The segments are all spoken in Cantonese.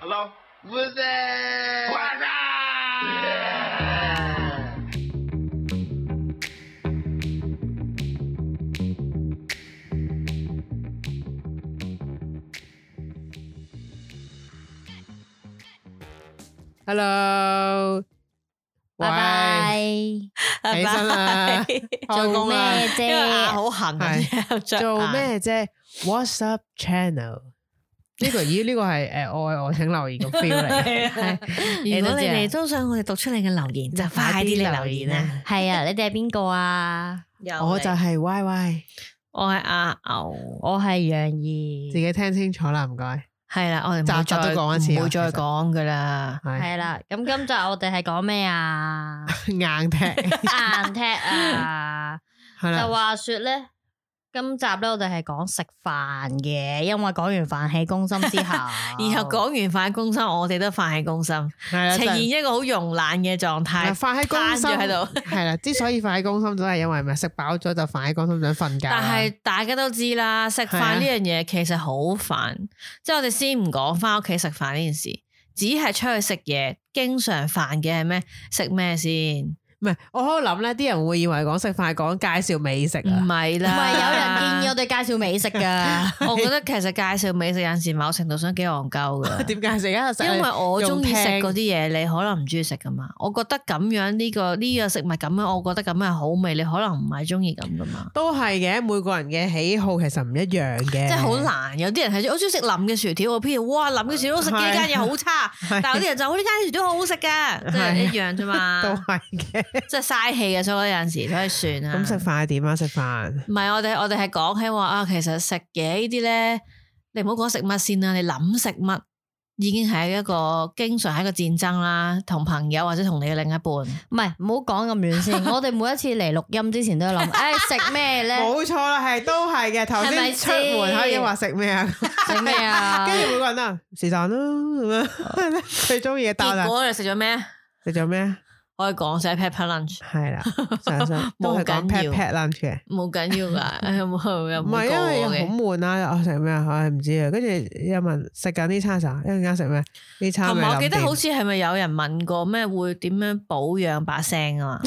Hello? What's that? What's Yeah. Hello，拜拜，喂，起身啦， 做開工咩啦啫？因為牙好痕，啊 à. 做？咩啫？What's up channel？呢個咦呢個係诶我愛我請留言嘅 feel 嚟，啊係如果你哋知啊都想我哋讀出你嘅留言，就快快啲啲嚟留嚟留言言啊啊！係啊，你哋係邊個啊？我就係 Y Y，我係阿牛，我係楊自怡，己聽清楚啦，唔該。係啦，我哋唔會集集再都講一次啊唔會再其實啊講噶啦。，係 係啦。咁今集我哋係講咩啊？硬踢，硬踢啊！係就啦，話說咧，今集咧我哋係講食飯嘅，因為講完飯氣攻心之後然後講完反公心，我哋都反起公心，係啊啦，呈就係現一個好慵懶嘅狀態嗱，發喺公心攤咗喺度。係啦，之所以發喺公心，都係因為咪食飽咗就發喺公心想瞓覺啦。但係大家都知啦，食係啊飯呢樣嘢其實好煩，即係我哋先唔講翻屋企食飯呢件事，只係出去食嘢，經常煩嘅係咩？食咩先？唔係我喺度諗咧，啲人會以為講食飯係講介紹美食唔啊。係唔係有啦，人建議我哋介紹美食噶。 我覺得其實介紹美食有陣時某程度上幾戇鳩㗎。點解食？而家食因為我中意食嗰啲啲嘢，你可能唔中意食噶嘛。我覺得咁樣呢、個呢、個食物咁樣，我覺得咁樣好味，你可能唔係中意咁噶嘛。都係嘅，每個人嘅喜好其實唔一樣嘅，即係好難，有啲人係好中意食腍嘅薯條，我譬如哇腍嘅薯條食呢間嘢好差，係，但係有啲人就好呢間薯條好好食嘅，即係一樣啫嘛 都。係嘅。即係嘥氣嘅，所以有陣時都係算啦。咁食飯係點啊？食飯唔係我哋我哋係講起話啊，其實食嘢呢啲咧，你唔好講食乜先啦，你諗食乜已經係一個經常係一個戰爭啦，同朋友或者同你嘅另一半。唔係，唔好講咁遠先。我哋每一次嚟錄音之前都有諗，诶食咩咧？冇錯啦，係都係嘅。頭係咪先先出門口已經話食咩啊？食咩啊？跟住每個人都話是但咯咁 樣，最中意嘅答哦結案果你食 咗咩？食咗咩啊？我哋講晒 pet pet lunch，係 啦，上上都係講冇緊 pat 要 pat lunch 嘅。冇緊要噶，唉冇冇又唔冇係因為好過悶啦，我食咩啊？唉唔知啊。跟住有問食緊呢餐啥，一陣間食咩？啊呢嘅。餐同咪埋我記得諗好似係咪有人問過咩會點樣保養把 聲啊嘛？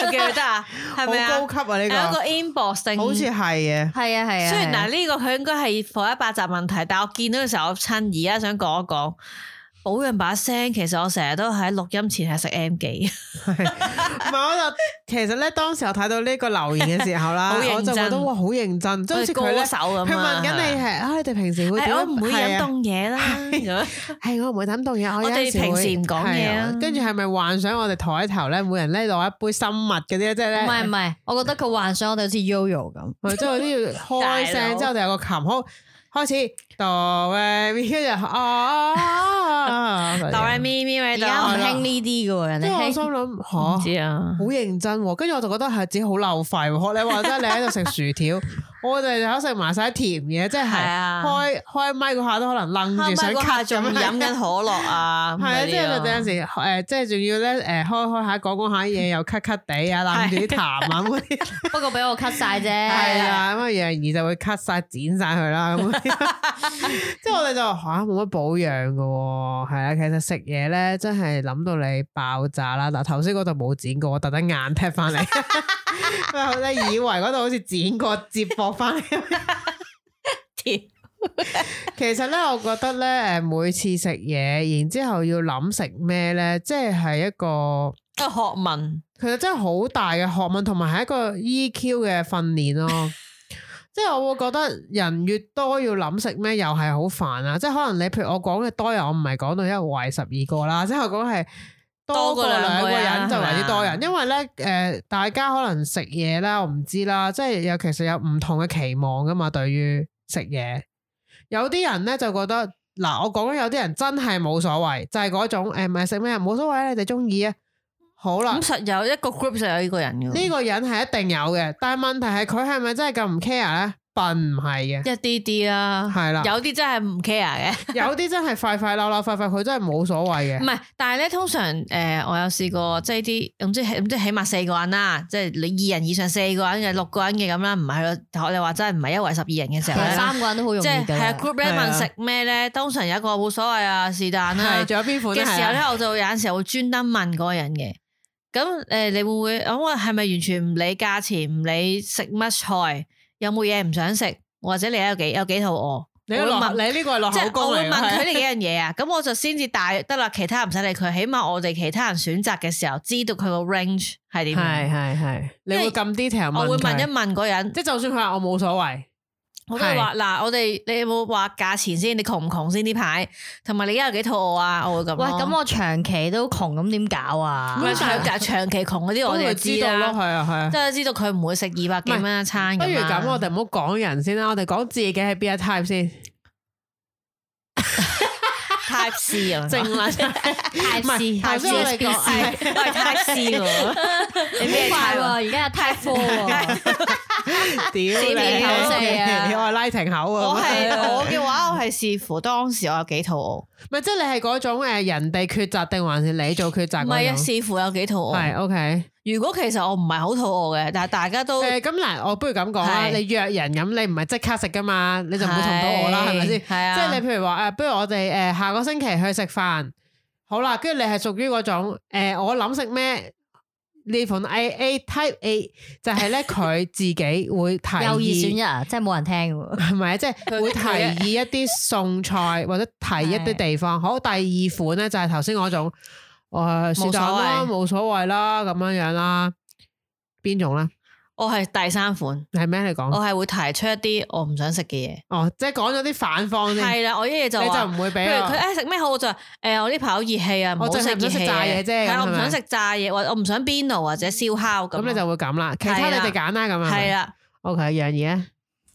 記唔記得啊？係咪啊好？高級啊！呢有一個個 inbox 定好似係嘅，係啊係啊。雖然係啊嗱呢個佢應該係放一百集問題，但我見到嘅時候，我趁而家想講一講保養把聲。其實我成日都喺錄音前係食 M 記，唔係 我就其實咧，當時我睇到呢個留言嘅時候啦，好認真我就覺得哇，好認真，即係好似佢歌咧，手佢咁啊。問緊你係啊，你哋平時會係點？我唔會係飲啊，凍 嘢啦，咁樣係我唔會飲凍嘢，我哋有陣時會平時唔講嘢啊係跟住係咪幻想我哋抬頭咧，每人咧攞一杯生物嗰啲啊咧，即係咧唔係唔係，我覺得佢幻想我哋好似 Yoyo 咁。我即係都要開 聲，之後我哋有個琴好開始哆咧，跟住 啊，哆啦咪咪喺而度。家唔係啦興呢啲嘅喎，人即哋係我心興諗吓，唔知啊好，認真喎，跟住我就覺得係自己好漏費喎。學你話齋，你喺度食薯 條，我哋就喺度食埋晒甜嘢，即係係啊開開麥嗰下都可能楞後住想尾嗰咳下咁仲樣飲緊可樂啊，係啊，即係有陣陣時誒，即係仲要咧誒，開開下講講下嘢又咳咳地 啊，攬住啲痰啊咁嗰啲。不過俾我 cut 晒啫。係啊，咁啊楊怡就會 cut 晒剪晒佢啦，咁 即係我哋就話吓冇乜保養噶，係啦，其實食嘢咧真係諗到你爆炸啦！嗱，頭先嗰度冇剪過，我特登硬踢 翻嚟，因為我咧以為嗰度好似剪過接駁翻嚟。時其實咧，我覺得咧，誒每次食嘢，然之後要諗食咩咧，即係係一個。學問其實真係好大嘅學問，同埋係一個 EQ 嘅訓練咯。即係我會覺得人越多要諗食咩，又係好煩啊！即係可能你譬如我講嘅多人，我唔係講到一圍十二個啦，即係我講係多過多過兩兩個個人人就為之多係人，咪因為咧誒、呃大家可能食嘢啦，我唔知啦，即係有其實有唔同嘅期望噶嘛，對於食嘢，有啲人咧就覺得嗱，我講緊有啲人真係冇所謂，就係、嗰種誒唔係食咩冇所謂啊你哋中意啊，好啦咁。實有一個 group 就有呢個人嘅喎，呢個人係一定有嘅，但係問題係佢係咪真係咁唔 care 咧？不笨唔係嘅，一啲啲啦，係啦有啲真係唔 care 嘅，有啲真係快快溜溜快快，佢真係冇所謂嘅。唔係，但係咧通常诶、呃我有試過即係啲咁即係咁即係起碼四個人啦，即係你二人以上四個人嘅六個人嘅咁啦，唔係咯，我哋話真係唔係一圍十二人嘅時候係咧。三個人都好容易即係㗎係啊啦。 group 咧係啊問食咩咧，通常有一個冇所謂啊，是但啦係，。仲有邊款嘅時候咧咧？，啊我就有陣時候會專登問嗰個人嘅。咁誒、呃你會唔會咁我係咪完全唔理價錢，唔理食乜菜，有冇嘢唔想食，或者你有幾有幾肚餓？你我會落問你呢個係落即口係我供會嚟㗎問佢係哋幾樣嘢啊，咁我就先至大約得啦，其他人唔使理佢，起碼我哋其他人選擇嘅時候知道佢個 range 係點係樣。係係，你因會為咁 detail 我會問佢一問嗰人，即係就算佢話我冇所謂，我都會話嗱，我哋你有冇話價錢先？你窮唔窮先呢排？同埋你而家有幾肚餓啊？我會咁咯。喂，咁我長期都窮，咁點搞啊唔？係長長長期窮嗰啲，咁我哋佢就知知道啦咯，。係啊係啊即。係知道佢唔會食二百幾蚊一餐啊不如咁，我哋哋唔好講人先啦，我哋講自己係邊一 type 先。 type C 啊，正 啦，太唔係太頭先我哋講係我係 type C 喎， 你咩快喎，type 啊？而家係 Type Four 喎，屌你，四面口四啊我係拉停口 啊！我係我嘅話，我係視乎當時我有幾肚餓，唔係即係你係嗰種誒人哋抉擇定還是你做抉擇唔嗰係啊，種？視乎有幾肚餓。係 OK。如果其實我唔係好肚餓嘅，但係大家都誒咁嗱，我不如咁講啦，係你約人咁，你唔係即刻食噶嘛，你就唔會同到我啦，係係咪先？係啊即係你譬如話誒，不如我哋誒下個星期去食飯，好啦，跟住你係屬於嗰種誒，我諗食咩？呢款 A A Type A 就係咧，佢自己會提 有二選一議，啊，真係冇人聽喎。係咪啊？即係會提議一啲餸菜或者提一啲地方。好，第二款咧就係頭先嗰種，誒是但啦，冇所謂啦，咁樣樣啦，邊種咧？我係第三款，係咩？你講我。係會提出一啲我唔想食嘅哦，即系讲咗啲反方嘢。先，係啦，我一嘢就你就話唔會俾譬如我佢誒食咩好，我就誒我呢排好熱氣啊，唔我好淨食係熱唔想食氣炸嘢啫係啊咁我唔係咪想食炸嘢，或者我唔想邊爐或者燒烤咁咯。咁你就會咁啦。其他係你啦哋揀啦，咁啊。係。啦， OK，樣嘢咧，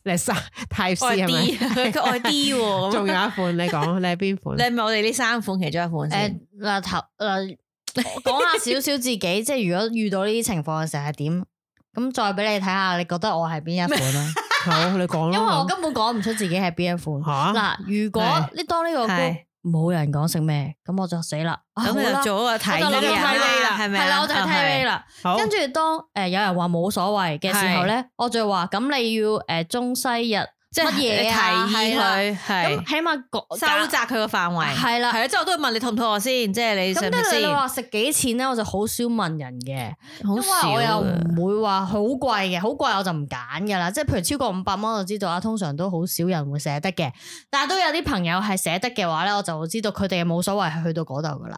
你三 Type 我 C 係係 D，咪？佢佢 我係 D 喎咁。仲有一款， 你講你係邊款你？係咪我哋呢三款其中一款誒先？嗱頭嗱，我講下少少自己，即係如果遇到呢啲情況嘅時候係點，咁再俾你睇下，你覺得我係邊一款啊啦？好，你講 因為我啦。根本講唔出自己係邊一款。吓，嗱，如果啊係呢當呢個係 group 冇人講食咩，咁我就死啦。啊咁好你啦就做一個提我就議諗嘅人到 type A 啦，係咪啊係啦，我就係 type A 啦。好，跟住當誒有人話冇所謂嘅時候咧，我就話咁你要誒中西日即乜係嘢啊你提係議啦佢咁係起碼講收窄佢個範圍。係啦係啊，即係我都會問你肚唔肚餓先，即係你食咁唔食跟住你先？話食幾錢咧，我就好少問人嘅，好因為我少又啊唔會話好貴嘅，好貴我就唔揀噶啦。即係譬如超過五百蚊，我就知道啊，通常都好少人會捨得嘅。但係都有啲朋友係捨得嘅話咧，我就會知道佢哋冇所謂係去到嗰度噶啦。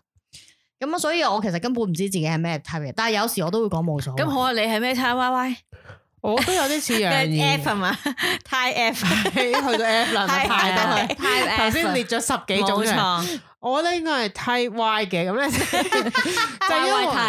咁啊，所以我其實根本唔知自己係咩 type 嘅，但係有時我都會講冇所謂。咁好啊！你係咩 type Y Y？我都有啲似你樣係 F 嘢。係嘛？Type F 去到 F 啦，係太多。 type 頭先列咗十幾種冇出嚟錯。我咧應該係 Type Y 嘅，咁 咧就因 type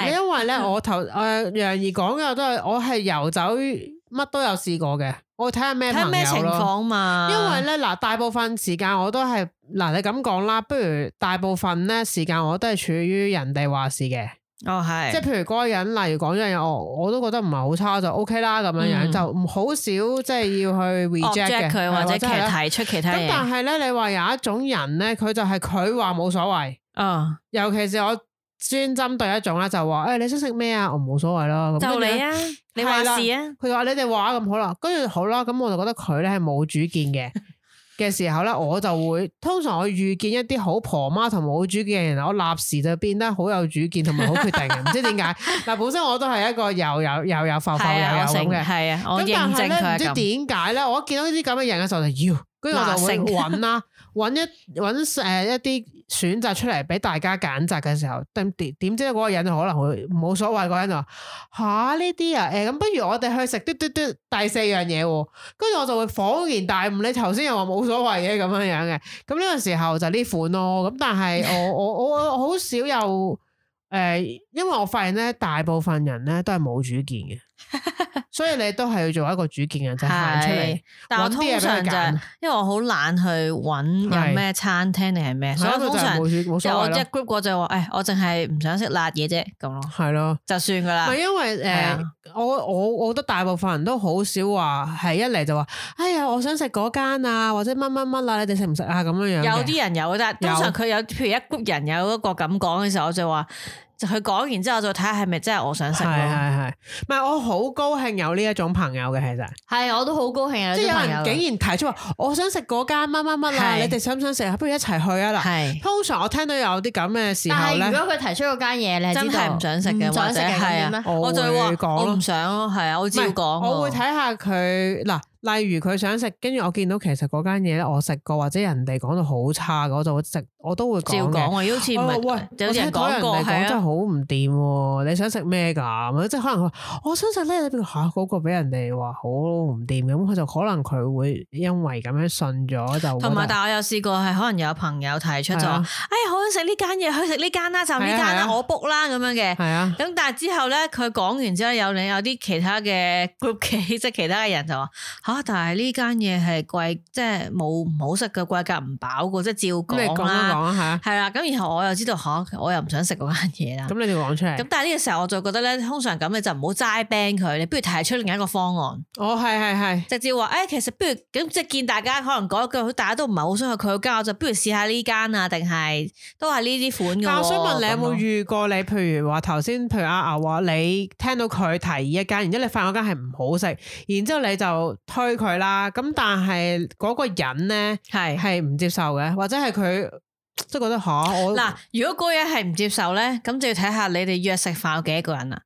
為因為咧我頭誒楊怡講嘅我都係我係遊走乜都有試過嘅，我睇下咩睇朋咩友情咯。況嘛？因為咧嗱，大部分時間我都係嗱，你咁講啦，不如大部分咧時間我都係處於人哋話事嘅，哦係，即係譬如嗰個人，例如講一樣嘢，我我都覺得唔係好差就 OK 啦咁樣樣，嗯就唔好少即係要去 reject 嘅，object 佢係或者係其啦實提出其他咁但嘢。係咧，你話有一種人咧，佢就係佢話冇所謂，嗯，尤其是我專針對一種啦，就話誒、你想食咩啊？我冇所謂啦，咁跟就住你呢啊，你話係啦事啊，佢話你哋話咁好啦，跟住好啦，咁我就覺得佢咧係冇主見嘅嘅時候咧，我就會通常我遇見一啲好婆媽同冇主見嘅人，我立時就變得好有主見同埋好決定嘅，唔知點解。嗱，本身我都係一個又有又有浮浮又係啊，有咁我承嘅，係啊，我咁認但係證佢係咧唔知咁。點解咧，我一見到呢啲咁嘅人嘅時候就要，跟住我就會嗱揾啦， 揾一揾誒一啲選擇出嚟俾大家揀擇嘅時候，點點點知嗰個人就可能會冇所謂，嗰個人就話吓呢啲啊誒咁，不如我哋去食嘟嘟嘟第四樣嘢喎，跟住我就會恍然大悟，你頭先又話冇所謂嘅咁樣樣嘅，咁呢個時候就呢款咯，咁但 係我我我我好少呃 有。誒、因為我發現咧，大部分人咧都係冇主見嘅，所以你都係要做一個主見人，就係行出嚟係。但我搵通啲嘢俾佢常就係揀啊因為我好懶去揾係有咩餐廳定係咩，所以係我一個通就係冇常所冇所就我謂即係咯， group 過就話，誒我淨係唔想食辣嘢啫，咁咯，係咯。就算噶啦唔係。因為啊係誒啊，我我我覺得大部分人都好少話係一嚟就話，哎呀，我想食嗰間啊，或者乜乜乜啊，你哋食唔食啊咁樣樣嘅。有啲人有，但係通常佢有，譬如一 group 人有一個咁講嘅時候，我就話，就佢講完之後，就睇下係咪真係我想食係咯。係係，唔係我好高興有呢一種朋友嘅，其實係我都好高興啊！即係啲有朋友人竟然提出話，我想食嗰間乜乜乜啊，係你哋想唔想食啊？不如一齊去啊嗱。係通常我聽到有啲咁嘅時候但係咧如，果佢提出嗰間嘢，你係真知係道唔想食嘅，唔或想食者嘅係啊咁點咧，我就會我會話講我咯唔想咯，係啊，我照唔係講喎。我會睇下佢嗱，例如佢想食，跟住我見到其實嗰間嘢咧，我食過或者人哋講到好差嘅，我就會食，我都會照講嘅講。喎，好似唔我話係哦喂，啊有啲人講過我聽到人哋講係真係啊，好唔掂喎。你想食咩㗎？即係可能佢話我想食咧，邊個嚇嗰個俾人哋話好唔掂咁，佢就可能佢會因為咁樣信咗就同埋覺得啊但我有試過係可能有朋友提出就係話，哎啊呀，好想食呢間嘢，去食呢間啦，就呢間係啊啦，係啊我 book 啦咁樣嘅。係啊，咁但係之後咧，佢講完之後有你有啲其他嘅 group 嘅， 即係其他嘅人就話吓、但係呢間嘢係貴，即係冇唔好食嘅貴價唔飽嘅，即係照咁你講講一講啦，啊，係啊，係啦。咁然後我又知道吓、我又唔想食嗰間嘢啦。咁你就講出咁嚟。但係呢個時候我就覺得咧，通常咁你就唔好齋 ban 佢，你不如提出另一個方案，哦，係係係，直接話誒、哎其實不如咁即係見大家可能講一句，大家都唔係好想去佢嗰間，我就不如試下呢間啊，定係都係呢啲款嘅喎。但我想問你有咁冇咯遇過你，譬如話頭先，譬如阿牛話你聽到佢提議一間，然之後你發現嗰間係唔好食，然之後你就推佢啦。咁但係嗰個人咧係係唔接受嘅，或者係佢即係覺得吓我嗱，如果嗰日係唔接受咧，咁就要睇下你哋約食飯有幾多個人啦。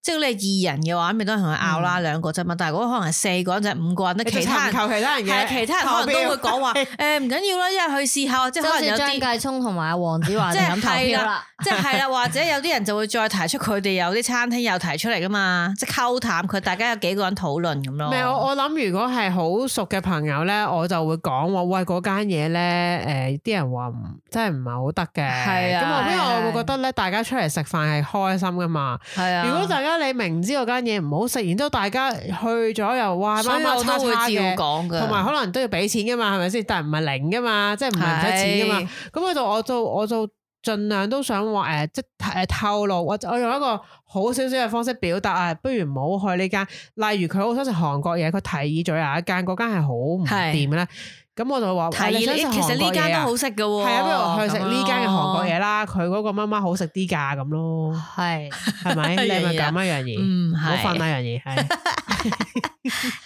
即係你二人嘅話，咪都係同佢拗啦，兩個啫嘛。但係如果可能係四個人就係五個人咧，你就嗯其他人尋求其他人係啊嘅，其他人可能都會講 話投 誒票唔緊要啦，因為去試下，即就係可好能似有張繼啲聰同埋阿黃子華即就係咁投係票啦啦。即係 係啦，或者有啲人就會再提出佢哋有啲餐廳又提出嚟噶嘛，即係溝淡佢，大家有幾個人討論咁咯。唔係我我諗，如果係好熟嘅朋友咧，我就會講話喂嗰間嘢咧，誒啲人話唔真係唔係好得嘅，係啊咁我因為我係會覺得咧，大家出嚟食飯係開心噶嘛。係啊，如果大家你明知嗰間嘢唔好食，然之後大家去咗又哇，所媽以媽我叉都會叉照嘅，講嘅，同埋可能都要俾錢噶嘛，係咪先？但係唔係零噶嘛，即係唔係唔使錢噶嘛。咁我就我就我就盡量都想話誒、呃即係誒透露，我我用一個好少少嘅方式表達啊，不如唔好去呢間。例如佢好想食韓國嘢，佢提議咗有一間，嗰間係好唔掂咧。咁我就話提議你呢想其食實韓國呢嘢間都啊好食嘅喎，係啊，不如去食咁呢間嘅韓國咯嘢啦，佢嗰個媽媽好食啲㗎咁咯，係係 咪？你係咪咁啊樣嘢？嗯，好啊係瞓啦，樣 嘢係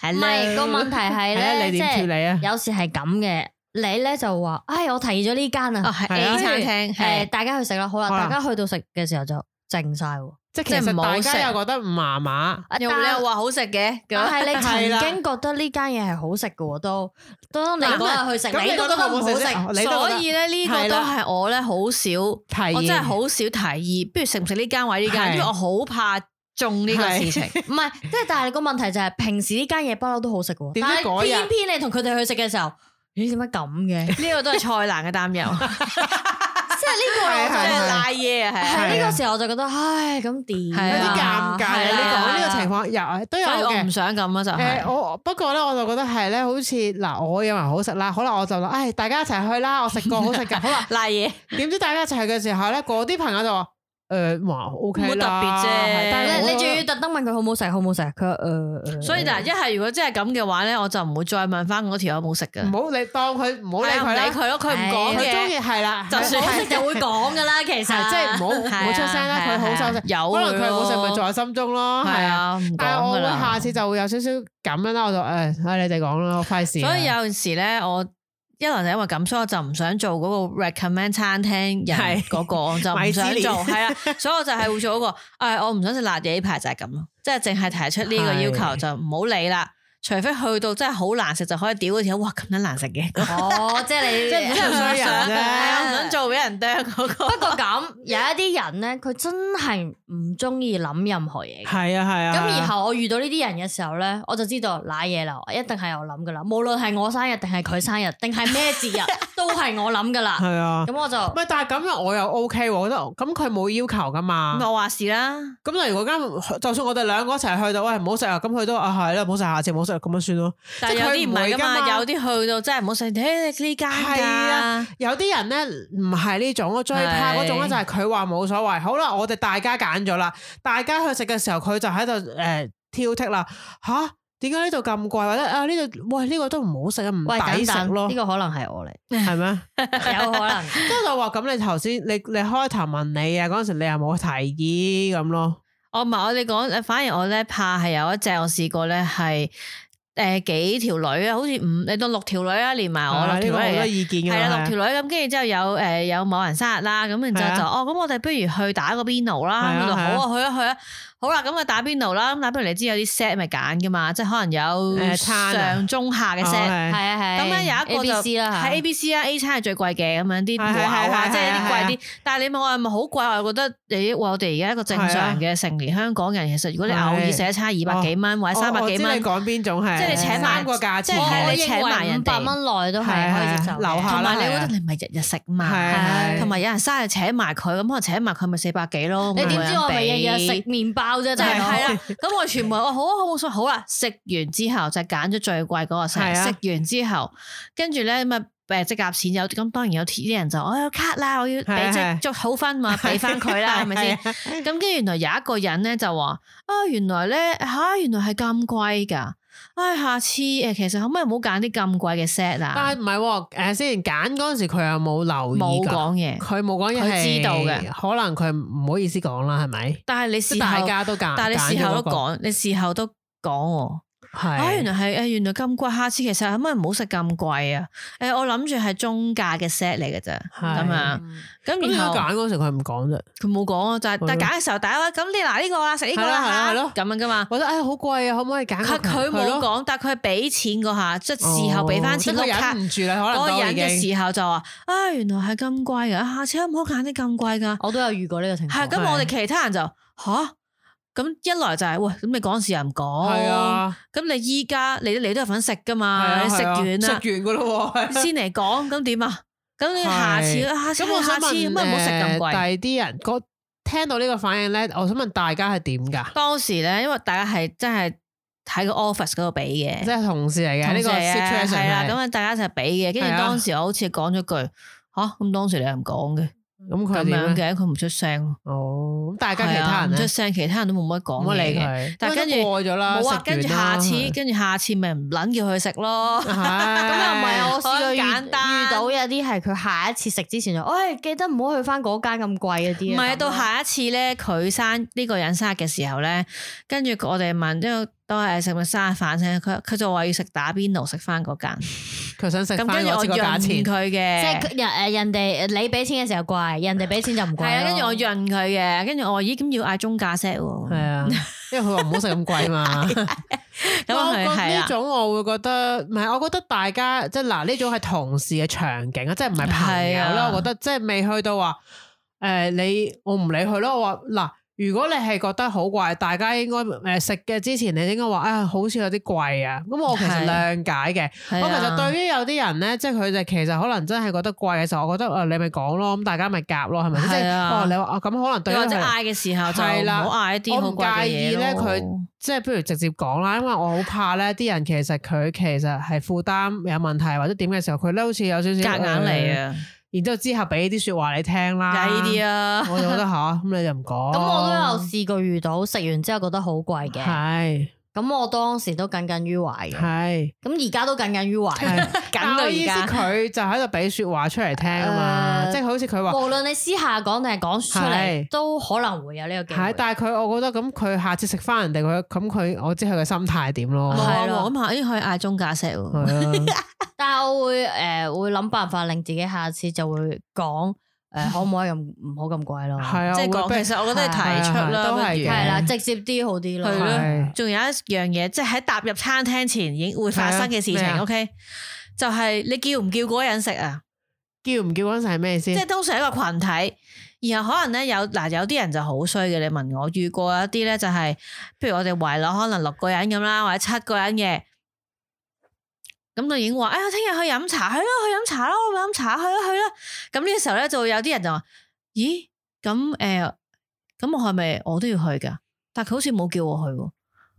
係唔係個問題係係啊，咧？你即點處係理啊？有時係咁嘅，你咧就話：，唉，我提議咗呢間哦，啊，係係啊 A 餐廳，誒，係大家去食啦。好啦，好啦大家去到食嘅時候就靜晒喎。即係即其係唔實好大食家又覺得唔麻麻，啊又但你又話好食嘅，咁但 係 你係啦曾經覺得呢間嘢係好食嘅喎，都當你嗱嗰日去食，咁你你都覺得覺得唔好唔好好食食。哦你都覺得所以咧呢個係都啦係我咧好少，提議我真係好少提議，不如食唔食呢間位呢間，係因為我好怕中呢個事情。 唔係，即係但係個問題就係平時呢間嘢不嬲都好食嘅喎，點但知係嗰日偏偏你同佢哋去食嘅時候，咦點解咁 嘅？呢個都係蔡瀾嘅擔憂，即係呢個係即係我係賴嘢啊，係啊。係係呢啊個時候我就覺得，唉咁點係有啊？啊啲尷尬係啊！啦係啦你講呢個情況有都有所以我唔嘅。想咁啊咯，就誒，係我不過咧，我就覺得係咧，好似嗱，我認為好食啦，好啦，我就諗，唉，大家一齊去啦，我食過好食 㗎，好啦。賴嘢。點知大家一齊去嘅時候咧，嗰啲朋友就話：誒，哇，O K 啦，冇特別啫係但係你我你仲要特登問佢好唔好食，好唔好食？佢話誒，誒所以嗱，一係如果真係咁嘅話咧，我就唔會再問翻嗰條友有冇食嘅，唔好你當佢唔好理係啊唔佢啦理，佢咯，佢唔講佢中嘅意。係啦，就算好食就會講噶啦，其實係即係唔好唔好出聲啦，佢好收聲。有可能佢冇食咪在心中咯，係係啊。啊，唔但係我講會㗎啦下次就會有少少咁樣啦，我就誒，唉你哋講啦，我費事啦。啊所以有陣時咧，我一來就因為咁，所以我就唔想做嗰個 recommend 餐廳人係 嗰個，我就唔米芝想蓮做，係啊，所以我就係會做嗰個，誒，我唔想食辣嘢呢排就係咁咯，即係淨係提出呢個要求係就唔好理啦，除非去到真係好難食就可以屌嗰條，哇咁樣難食嘅， 哦，即係 你即係唔啊真係唔想衰人啫係啊唔想做俾人啄啊嗰個。不過咁有一啲人咧，佢真係唔中意諗任何嘢嘅。係啊係啊。咁然後我遇到呢啲人嘅時候咧，我就知道賴嘢啦，一定係有諗噶啦。無論係我生日定係佢生日，定係咩節日，都係我諗噶啦系。啊。咁我就唔係，但係咁樣我又 O K 喎，我覺得咁佢冇要求噶嘛。我話事啦，咁例如嗰間，就算我哋兩個一齊去到，喂唔好食啊，咁佢都啊係啦，唔好食，下次唔好食，咁樣算咯。但係即有係佢啲唔係唔噶會㗎嘛嘛，有啲去到真係唔好食，誒呢間係㗎啊。有啲人咧唔係呢種，我最怕嗰種咧係就係佢話冇所謂。好啦，我哋大家揀咗啦，大家去食嘅時候佢就喺度誒挑剔啦，吓？點解呢度咁貴？或者啊呢度喂呢個都唔好食啊，唔喂抵等食等，咯呢，個可能係我嚟，係 咩？有可能。即係就話咁，你頭先你你開頭問你啊嗰陣時，你又冇提議咁咯。哦我唔係我哋講，呃反而我咧怕係有一隻我試過咧係诶幾條女啊，好似五你當六條女啊，連埋我啊呢六個條好女多嚟嘅。意見系㗎啦，嘛六條女咁，跟住之後有诶有某人生日啦，咁然之係啊後就哦，咁我哋不如去打個邊爐啦。係啊咁就係啊好啊，去啊去啊，好啦，咁啊打邊爐啦。咁打邊爐你知有啲 set 咪揀噶嘛，即係可能有誒餐啊上中下嘅哦 set。係係啊係。咁咧有一個就 A B C 啦係嚇 A、B、C 啦，A 餐係最貴嘅咁樣啲啊係係牛啊，係即係係啲係貴啲。但係你問我係咪好貴？我覺得你我哋而家一個正啊常嘅成年香港人，其實如果你偶爾食一餐二百幾蚊或者三百幾哦我我知蚊你，講邊種係？即係你請埋三個價即錢，係我你請埋人哋五百蚊內都係係可以係接受嘅，樓下同埋你係覺啊得你唔係日日食係嘛係，同埋有人生日請埋佢，咁可能請埋佢咪四百幾咯。你每個點人知我咪日俾日食麵包啫？真就係係啊係啊啦，咁我全部我好啊好冇所謂好啦，食完之後就揀咗最貴嗰個食，係啊食完之後跟住咧咁啊誒即夾錢有咁當然有啲人就我有卡啦，我要係啊俾係啊即捉好分嘛，俾翻佢啦，係咪先？係啊？咁跟住原來有一個人咧就話啊，原來咧嚇、原來係咁貴㗎，唉、下次誒其實可唔可以唔好揀啲咁貴嘅 set 啊？但係唔係喎？誒，先前揀嗰陣時，佢有冇留意冇㗎？講嘢，佢冇講嘢，佢知道嘅，可能佢唔好意思講啦，係咪？但係你即係事大後，家都揀，但係你事揀後咗嗰都個，講，你事後都講喎。啊，原係來係誒，原來咁貴，下次其實可唔可以唔好食咁貴啊？誒，我諗住係中價嘅 set 嚟嘅咋，係咁啊，嗯咁咁點解然後揀嗰陣時佢唔講啫？佢冇講啊，就係係但係揀嘅時候，大家話咁你嗱呢個啦，食呢個係啦係啦啦嚇，咁樣噶嘛。我覺得誒好貴啊，可唔可以揀佢嗰個？佢冇係咯，講，但係佢係俾錢嗰下，即係哦事後俾翻錢即係個佢卡忍唔住啦，可能嗰個都人已經嘅時候就話：啊，原來係咁貴嘅，啊下次可唔可以揀啲咁貴哦㗎？我都有遇過呢個情係況。咁，我哋其他人就吓，咁一來就係喂，咁你講時又唔係講，啊，咁你依家你你都有份食㗎係嘛，啊你食係啊完食啦完。㗎咯喎。 先嚟講，咁點啊？咁你下次，係下次，咁我下想次問，咁啊唔好食咁貴。誒第二啲人個聽到呢個反應咧，我想問大家係點㗎？當時咧，因為大家係真係喺個 office 嗰度俾嘅即，係同事嚟嘅同呢事個啊 situation 係啦，係咁啊大家一齊俾嘅。跟係住啊當時我好似講咗句吓，咁當時你又唔講嘅，咁佢咁點樣咧？嘅，佢唔出聲咯。哦，咁大家其係他啊人唔咧出，聲，其他人都冇乜唔講好理嘢嘅。佢。但係因為跟都住過咗啦，冇啊，食跟住完啦下次， 跟住下次咪唔撚叫佢食咯。係咁又唔係，我試過遇好簡單遇到有啲係佢下一次食之前就，喂記得唔好去翻嗰間咁貴嗰啲唔啊。係到咁樣下一次咧，佢生呢個人生日嘅時候咧，跟住我哋問，因為都係食咪生日飯先，佢佢就話要食打邊爐，食翻嗰間。佢想食咁翻跟住我我知個價潤錢，佢即係嘅，佢人誒人哋你俾錢嘅時候貴，人哋俾錢就唔貴咯。係啊，跟住我潤佢嘅，跟住我話咦，咁要嗌中價 set 係喎，啊，因為佢話唔好食咁貴 嘛。咁我佢覺得係啊呢啦，種我會覺得，唔係，我覺得大家即係嗱呢種係同事嘅場景啊，即係唔係朋友係啦。啊我覺得即係未去到話誒、你我唔理佢咯。我話嗱，如果你係覺得好貴，大家應該誒食嘅之前，你應該話啊，好似有啲貴啊。咁我其實係諒解嘅。係我其啊實對於有啲人咧，即係佢哋其實可能真係覺得貴嘅時候，我覺得誒你咪講咯，咁大家咪夾咯，係咪先？即係係啊哦，你話啊咁可能對你於或者佢嗌嘅時候就係唔啦好嗌一啲好我唔貴嘅介意嘢咧咯嗯佢即係不如直接講啦，因為我好怕咧，啲人其實佢其實係負擔有問題或者點嘅時候，佢咧好似有少少呃夾硬嚟！啊，然之後之後俾啲説話你聽啦，介意啲啊，啊，我就覺得吓，咁你就唔講。咁我都有試過遇到食完之後覺得好貴嘅，係咁我當時都耿耿於懷嘅，係咁而家都耿耿於懷。係， 緊到我意思而家。佢就喺度俾説話出嚟聽啊 嘛，呃誒即係好似佢話 無論你私下講定係講出嚟係，都可能會有呢個機係，會。但係佢我覺得咁佢下次食翻人哋佢咁佢我知佢嘅心態點咯， 冇啊係咯冇咁下，咦可以嗌中價 set 喎。係啊。但係我會誒會諗辦法令自己下次就會講呃誒可唔可以咁唔好咁貴咯？係啊，即係我會講，逼其實我覺得係提出啦，都係不如嘅係啦，直接啲好啲咯。係係咯，仲有一樣嘢，即係喺踏入餐廳前已經會發生嘅事係啊咩情。啊 OK，就係你叫唔叫嗰個人食啊？叫唔叫嗰陣時係咩先即係？通常一個群體，然後可能咧有嗱有啲人就好衰嘅。你問我遇過一啲咧，就係譬如我哋圍落可能六個人咁啦，或者七個人嘅，咁就已經話：哎呀，聽日去飲茶，去啦，去飲茶啦，我咪飲茶，去啦，去啦。咁呢個時候咧，就會有啲人就話：咦，咁誒，呃咁、我係咪我都要去噶？但係佢好似冇叫我去喎。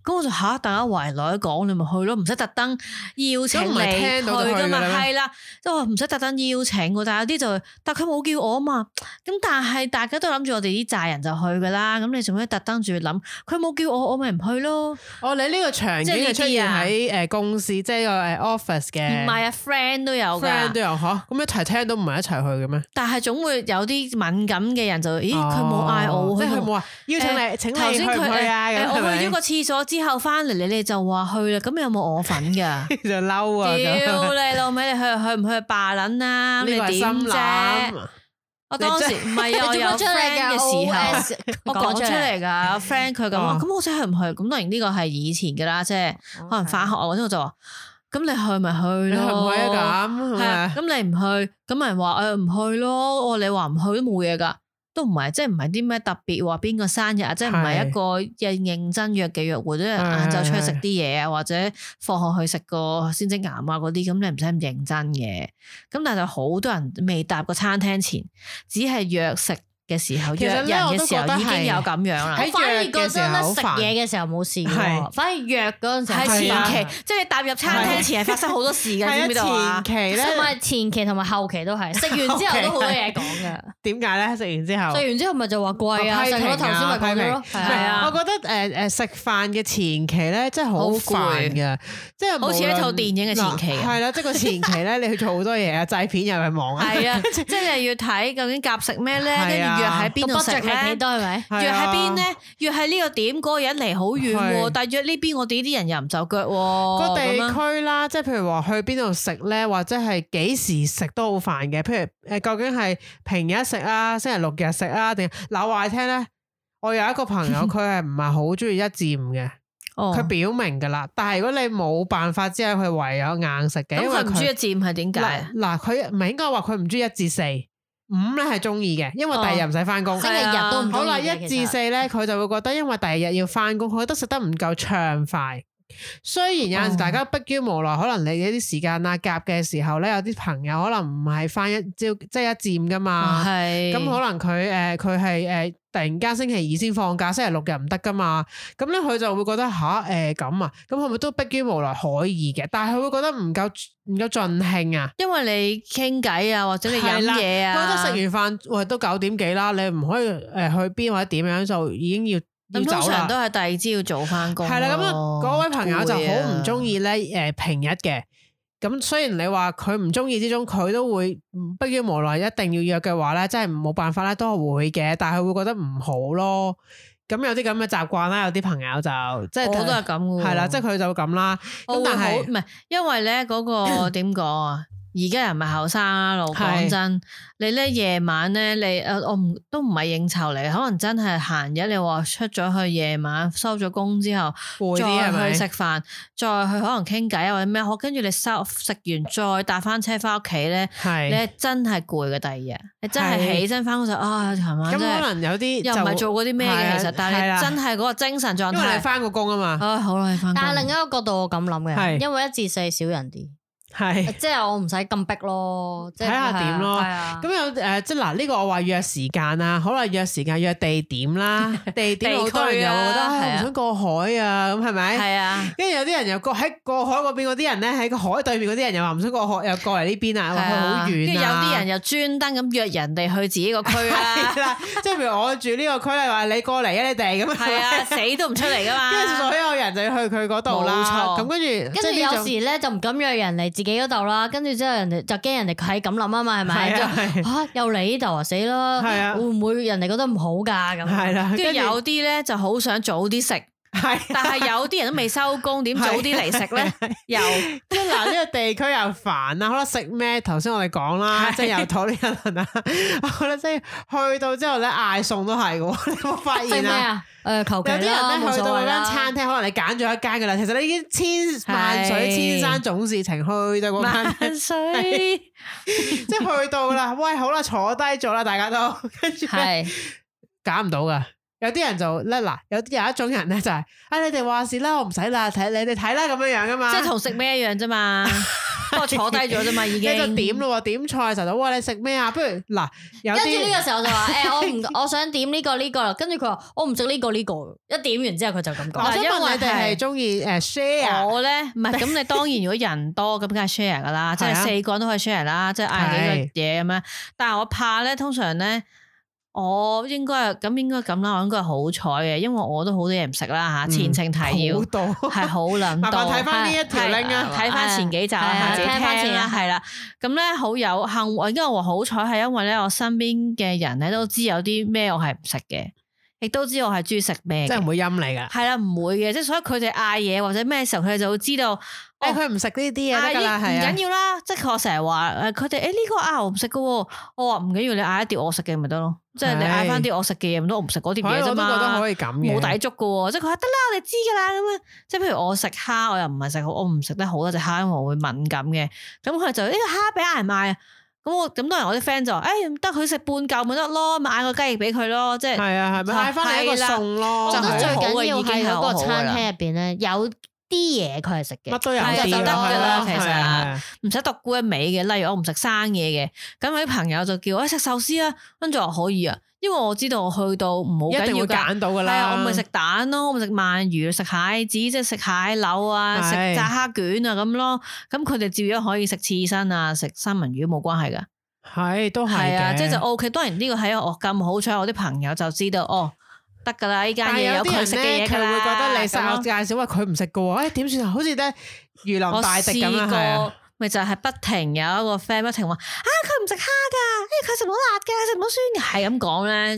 咁我就吓，大家圍內講，你咪去咯，唔使特登邀請咁唔係你聽到就去去噶㗎嘛，啦咩係啦，即係話唔使特登邀請喎。但係有啲就，但係佢冇叫我啊嘛。咁但係大家都諗住我哋啲債人就去噶啦。咁你做咩特登住諗？佢冇叫我，我咪唔去咯。哦，你呢個場景即係呢係啲出現啊喺誒公司，即係個誒 office 唔嘅係啊，friend 都有噶 friend。都有嚇，咁一齊聽到唔係一齊去嘅咩？但係總會有啲敏感嘅人就，咦，佢冇嗌哦我喎，即係佢冇冇話邀請你，請頭你去先唔佢去啊？誒咁誒 係我咪去咗個廁所之後翻嚟，你哋就話去啦，咁有冇我份 㗎？就嬲啊！咁屌你老味，你去去唔去霸撚啦？呢你個係點心啫？諗，啊我當時唔係 啊，我有 friend 嘅時候。我講出嚟㗎 friend 佢咁話，哦咁我真係唔去。咁當然呢個係以前㗎啦，即係 可能返學啊嗰啲我就話，咁你去咪你去去咯。唔去啊？咁係系啊咪，？咁你唔去，咁咪人話诶唔去咯。我你話唔去都冇嘢噶，都唔係，即係唔係啲咩特別話邊個生日啊，即係唔係一個認認真約嘅約會，即係係晏晝出去係食啲嘢啊，或者放學去食個鮮蒸岩啊嗰啲，咁你唔使咁認真嘅。咁但係就好多人未搭個餐廳前，只係約食嘅時候，其實約呢人我都嘅時候覺得已經有係咁樣啦。我反而覺得喺約嘅時候咧好食煩嘢嘅時候冇事喎，係反而約嗰陣時候係係啊前期，即係你踏入餐廳前係發生好多事嘅，知唔知道係啊，啊？前期同咧埋前期同埋後期 都係食完之後都好多嘢講嘅。點解咧？食完之後 哦食。完之後咪就話貴啊，批食評咗頭先咪講咗咯，批係評係啊我覺得誒誒食飯嘅前期咧，真係好好攰煩嘅，即係好似一套電影嘅前期啊係啦，即係個前期咧，你去做好多嘢啊，製片又係忙啊， 係啊，即係你要睇究竟夾食咩咧，跟住係啊約喺邊個度食 budget 係咧幾。多係咪？係啊約喺邊咧？約喺呢個點，嗰個人離好遠喎係，但係約呢邊，我哋啲人又唔就腳喎。個地咁樣區啦，即係譬如話去邊度食咧，或者係幾時食都好煩嘅。譬如誒，究竟係平日食啊，星期六日食啊，定嗱我話你聽咧？我有一個朋友，佢係唔係好中意一至五嘅，哦佢表明噶啦。但係如果你冇辦法之下，佢唯有硬食嘅，咁因為佢唔中意佢佔係點解啊嗱？嗱，佢唔係應該話佢唔中意一至四，五咧係中意嘅，因為第二日唔使翻工。啊哦星期日都唔好啦，鍾意嘅一其至實四咧，佢就會覺得因為第二日要翻工，佢覺得食得唔夠暢快。雖然有陣哦時大家迫於無奈，可能你一啲時間啊夾嘅時候咧，有啲朋友可能唔係翻一朝即係一占噶哦嘛，啊係啊咁可能佢誒佢係誒突然間星期二先放假，星期六日唔得噶嘛，咁咧佢就會覺得吓誒咁啊，咁係咪都迫於無奈可以嘅？但係佢會覺得唔夠唔夠盡興啊！因為你傾偈啊，或者你飲係啦嘢我覺得啊，食完飯喂都九點幾啦，你唔可以誒、去邊或者點樣就已經要要咁通走常都啦。係第二朝要早翻工咯。係啦，咁啊嗰位朋友就好唔中意。意咧誒平日嘅。咁雖然你話佢唔中意之中，佢都會嗯迫於無奈一定要約嘅話咧，真係冇辦法咧都係會嘅，但係佢會覺得唔好咯。咁有啲咁嘅習慣啦，有啲朋友就即係我都係咁嘅喎係啦，即係佢就會咁啦。我咁會但好係唔係，因為咧 嗰個點講啊？而家人咪後生啦，老講係真，你咧夜晚咧，你誒我唔都唔係應酬嚟，可能真係閒日你話出咗去夜晚收咗工之後，攰啲係再咪去食飯，再去可能傾偈啊或者咩，好跟住你收食完再搭翻車翻屋企咧，你係係真係攰嘅第二日，你真係係起身翻嗰陣啊，琴晚咁真係可能有啲又唔係就做過啲咩係嘅啊其實，但係係啦你真係嗰個精神狀因為態你，翻過工啊嘛，唉好啦，翻但係另工一個角度我咁諗嘅，係因為一至四少人 啲，係。即係我唔使咁逼咯，即係睇下點咯係啊咁有誒、呃即係嗱，呢、個我話約時間啦，好啦，約時間約地點啦， 地點好多人地區又啊覺得係啊唉唔想過海啊，咁係咪？係啊。跟住有啲人又過喺過海嗰邊嗰啲人咧，喺個海對面嗰啲人又話唔想過海，又過嚟呢邊啊，話去好跟遠住有啊。啲人又專登咁約人哋去自己個區 啦係，啊啦，即係譬如我住呢個區咧，話你過嚟啊，你哋咁樣係 啊，死都唔出嚟噶跟住嘛。所有人就要去佢嗰度啦。冇錯咁跟住跟住即係呢有種時咧就唔敢約人嚟自己嗰度啦，跟住之後人哋就驚人哋係咁諗啊嘛，係咪？係啊係就 嚇又嚟呢度啊死啦！係啊會唔會人哋覺得唔好㗎咁？係啊啦，跟住有啲咧就好想早啲食，係但係有啲人都未收 工，點早啲嚟食咧？又即係嗱，呢個地區又煩啊啦，好啦，食咩？頭先我哋講啦，即係又討呢一輪啦。 我覺得即係去到之後咧，嗌餸都係嘅喎， 你有冇發食現咩啊？啊？誒求其有啲人啦，咧冇去所到謂嗰間啦。餐廳，可能你揀咗一間嘅啦，其實你已經千萬水係千山總事情去到嗰間，萬歲， 即 係去到啦。喂，好啦，坐低咗啦，大家都跟住咧係揀唔到噶，有啲人就咧嗱，有啲有一種人咧就係、啊你哋話事啦，我唔使啦，睇你哋睇啦咁樣樣噶嘛，即係同食咩一樣啫 嘛，不過坐低咗啫嘛已你就經。點咯喎，點菜就到，哇你食咩啊？不如嗱有跟住呢啲個時候就話： 誒，我唔，我想點呢個呢個。跟住佢話：我唔食呢個呢個。一點完之後，佢就咁我講。想因問為你哋係係中意誒 share 我咧唔係咁，你當然如果人多咁，梗 係 share 噶啦，即係係啊四個人都可以 share 啦，即係嗌幾個嘢咁樣。但係我怕咧，通常咧，我應該係咁應該咁啦，我應該係好彩嘅，因為我都好多嘢唔食啦嗯吓，前情提要好。多，係好撚麻多，煩睇返呢一條係 link 啊係睇翻前幾集係啊啊，聽返前聽啦，一係啦。咁咧好有幸運，因為我好彩係因為咧，我身邊嘅人咧都知有啲咩我係唔食嘅，亦都知我係中意食咩即嘅係唔。會陰你噶。係啦，唔會嘅，即係所以佢哋嗌嘢或者咩時候，佢哋就會知道。哦誒，佢唔食呢啲嘢嗌得㗎啦，呢唔係啊緊。要啦，即係我成日話誒，佢哋誒呢個啊我唔食嘅喎，我話唔緊要，你嗌一碟我食嘅咪得咯，即係你嗌翻啲我食嘅嘢，唔通我唔食嗰碟係嘢我啫都覺得嘛，可以咁嘅。冇抵觸嘅喎，即係佢話得啦，我哋知㗎啦咁樣，即係譬如我食蝦，我又唔係食好，我唔食得好多隻蝦，因為我會敏感嘅，咁佢就呢個蝦俾嗌賣啊，咁我咁當然我啲 friend 就話誒得佢食半嚿咪得咯，咪嗌個雞翼俾佢咯，即係係啊，係咪嗌翻嚟一個係啦餸咯？啊我就覺得係最好嘅緊要已經係係嗰好個好餐㗎啦廳入邊咧，有啲嘢佢係食嘅乜。都有係啲就㗎得㗎係啊啦其實係啊唔使獨沽一味嘅，例如我唔食生嘢嘅，咁有啲朋友就叫我哎食壽司啊，跟住我可以啊，因為我知道我去到唔好一緊定要會㗎，揀到㗎係啦。啊，我咪食蛋咯，我咪食鰻魚、食蟹子，即係食蟹柳啊，食係炸蝦卷啊咁咯，咁佢哋照樣可以食刺身啊，食三文魚冇關係㗎，係都係係啊，嘅即係就 O K。當然呢個係我咁好彩，我啲朋友就知道哦，得㗎啦，呢間但係嘢有啲佢食人嘅咧，嘢佢㗎啦會覺得你咁曬咯我介紹，喂佢唔食嘅喎，誒點算啊？好似咧魚我林大敵咁試啊，係啊過，咪就係不停有一個 friend 不停話啊，佢唔食蝦㗎，誒哎佢食唔到辣嘅，食唔到酸嘅，係咁講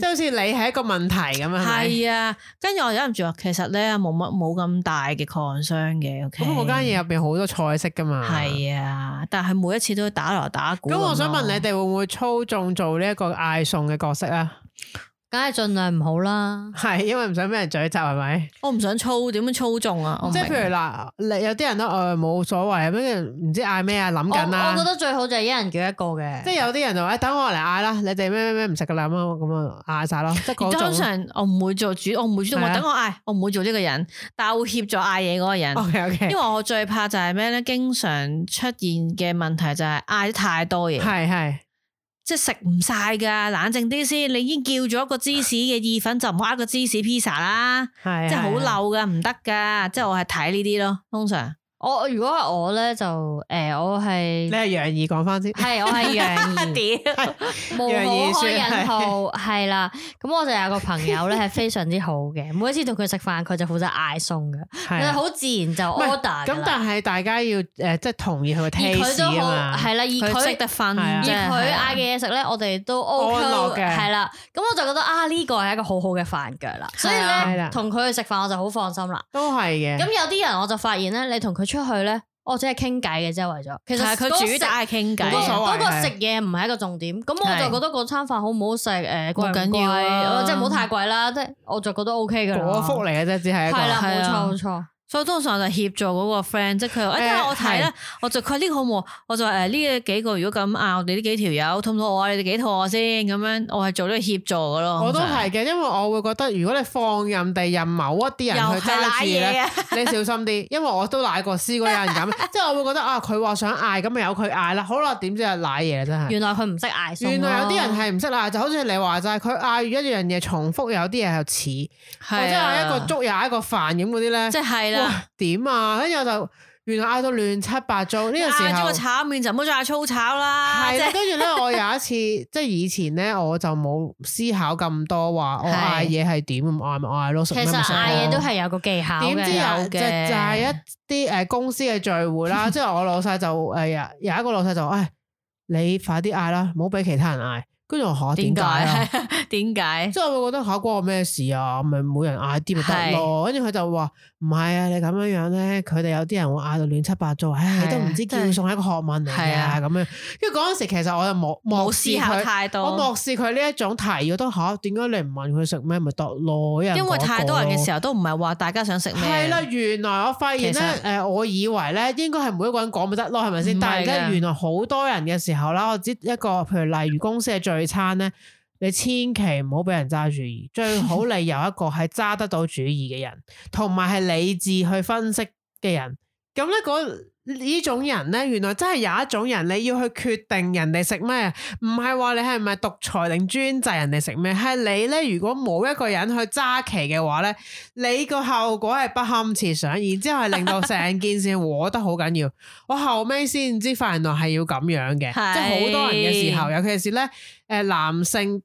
即咧。係好似你係一個問題咁啊，係咪？係啊，跟住我忍唔住話，其實咧冇乜冇咁大嘅 concern 嘅。咁我間嘢入啊邊好多菜式㗎嘛，。係啊，但係每一次都打來打鼓啊咁咯。我想問你哋會唔會操縱做呢一個嗌餸嘅角色啊？梗係盡量唔好啦。 係因為唔想俾人咀咒係咪？我唔想操，點樣操縱啊？我唔即係譬明如嗱，你有啲人都誒冇所謂，咁樣唔知嗌咩啊，諗我緊啦。我覺得最好就係一人叫一個嘅。即係有啲人就話：，哎等我嚟嗌啦，你哋咩咩咩唔食噶啦，咁樣咁啊嗌晒咯，即係嗰通 種。常我唔會做主，我唔會主動係話啊等我嗌，我唔會做呢個人，但我會協助嗌嘢嗰個人。 O K O 因 K，為我最怕就係咩咧？經常出現嘅問題就係嗌得太多嘢，係係即係食唔晒噶。冷靜啲先，你已經叫咗一個芝士嘅意粉，就唔好呃嗌個芝士 pizza 啦，係，啊即係好係。啊漏噶，唔得噶。即係我係睇呢啲咯，通常我如果係我咧就誒，我係你係楊怡講 翻先，係我係 楊怡。嗯 屌，無楊怡可雪開係引號係啦，咁我就有個朋友咧係非常之好嘅，每一次同佢食飯佢就負責嗌餸嘅，係佢啊好自然就唔係 order 㗎咁，啦。但係大家要誒，即係同意佢嘅而佢 taste 都好啊嘛。係啦，而佢識佢得分，係啊而真係佢嗌嘅嘢食咧，我哋都 OK 安樂嘅係啦，咁我就覺得啊呢個係一個好好嘅飯腳啦，所以係啦咧同佢去食飯我就好放心啦。都係咁嘅。有啲人我就發現咧，你同佢出去咧，我只係傾偈嘅啫，為咗其實係啊啊嗰佢個主打係傾偈嗰個冇所謂嗰個食嘢唔係一個重點，咁我係就覺得嗰餐飯好唔好食，誒貴唔緊貴要啊呃即係唔好太貴啦，即係我就覺得 O K 噶啦。果腹嚟嘅啫，只係一個係啦，係冇錯啊冇錯，所以通常就協助嗰個 friend，即係佢話：，誒，等下我睇係啦，我就佢話呢個好唔好？我就話誒呢幾個如果咁啊，我哋呢幾條友肚唔肚餓啊？你哋幾肚餓先？咁樣我係做呢個協助嘅咯。我都通常係嘅，因為我會覺得如果你放任地任某一啲又人去係揸賴住嘢咧，啊！你小心啲，因為我都賴過試過有人咁，即係我會覺得啊，佢話想嗌咁咪由佢嗌啦，好啦，點知係賴嘢真係。原來佢唔識嗌餸啊咯。原來有啲人係唔識嗌，就好似你話齋，佢嗌一樣嘢重複，有啲嘢又似，或者係啊嗌一個粥又嗌一個飯咁嗰啲咧，即係啦。哇點啊！跟住我就原來嗌到亂七八糟，呢個時嗌咗候個炒麵就唔好再嗌粗炒啊啦。係即啦係跟住咧，我有 一次即係以前咧，我就冇思考咁多話，我嗌嘢係點咁嗌咪嗌咯，食其咩咪實食咯嗌嘢都係有個技巧點知嘅。有有就就嘅係一啲誒公司嘅聚會 啦，即係我老細就誒有有一個老細就誒你快啲嗌啦，唔好俾其他人嗌。跟住我嚇點點解啊？解？ 點解？即係我會覺得嚇關我咩事啊？咪每人嗌啲咪得咯。跟住佢就話唔係啊，你咁樣樣咧，佢哋有啲人會嗌到亂七八糟，唉，係啊你都唔知叫真係餸係一個學問嚟係嘅啊咁樣。跟住嗰陣時其實我就冇冇漠視思考佢，太我多。漠視佢呢一種提議，我都嚇點解你唔問佢食咩咪得咯？因為為太多人嘅時候。候都唔係話大家想食咩。係啦，原來我發現其咧，實誒，我以為咧應該係每一個人講咪得咯，係咪唔先？係但係咧嘅，原來好多人嘅時候啦，我知一個譬如例如公司嘅聚餐咧，你千祈唔好俾人揸主意，最好你由一個係揸得到主意嘅人，同埋係理智去分析嘅人。咁咧嗰呢種人咧，原來真係有一種人，你要去決定人哋食咩，唔係話你係咪獨裁定專制人哋食咩，係你咧如果冇一個人去揸旗嘅話咧，你個後果係不堪設想，然之後係令到成件事和得好緊要。 我後尾先知發現原來係要咁樣嘅，係即係好多人嘅時候，尤其是咧誒、呃男性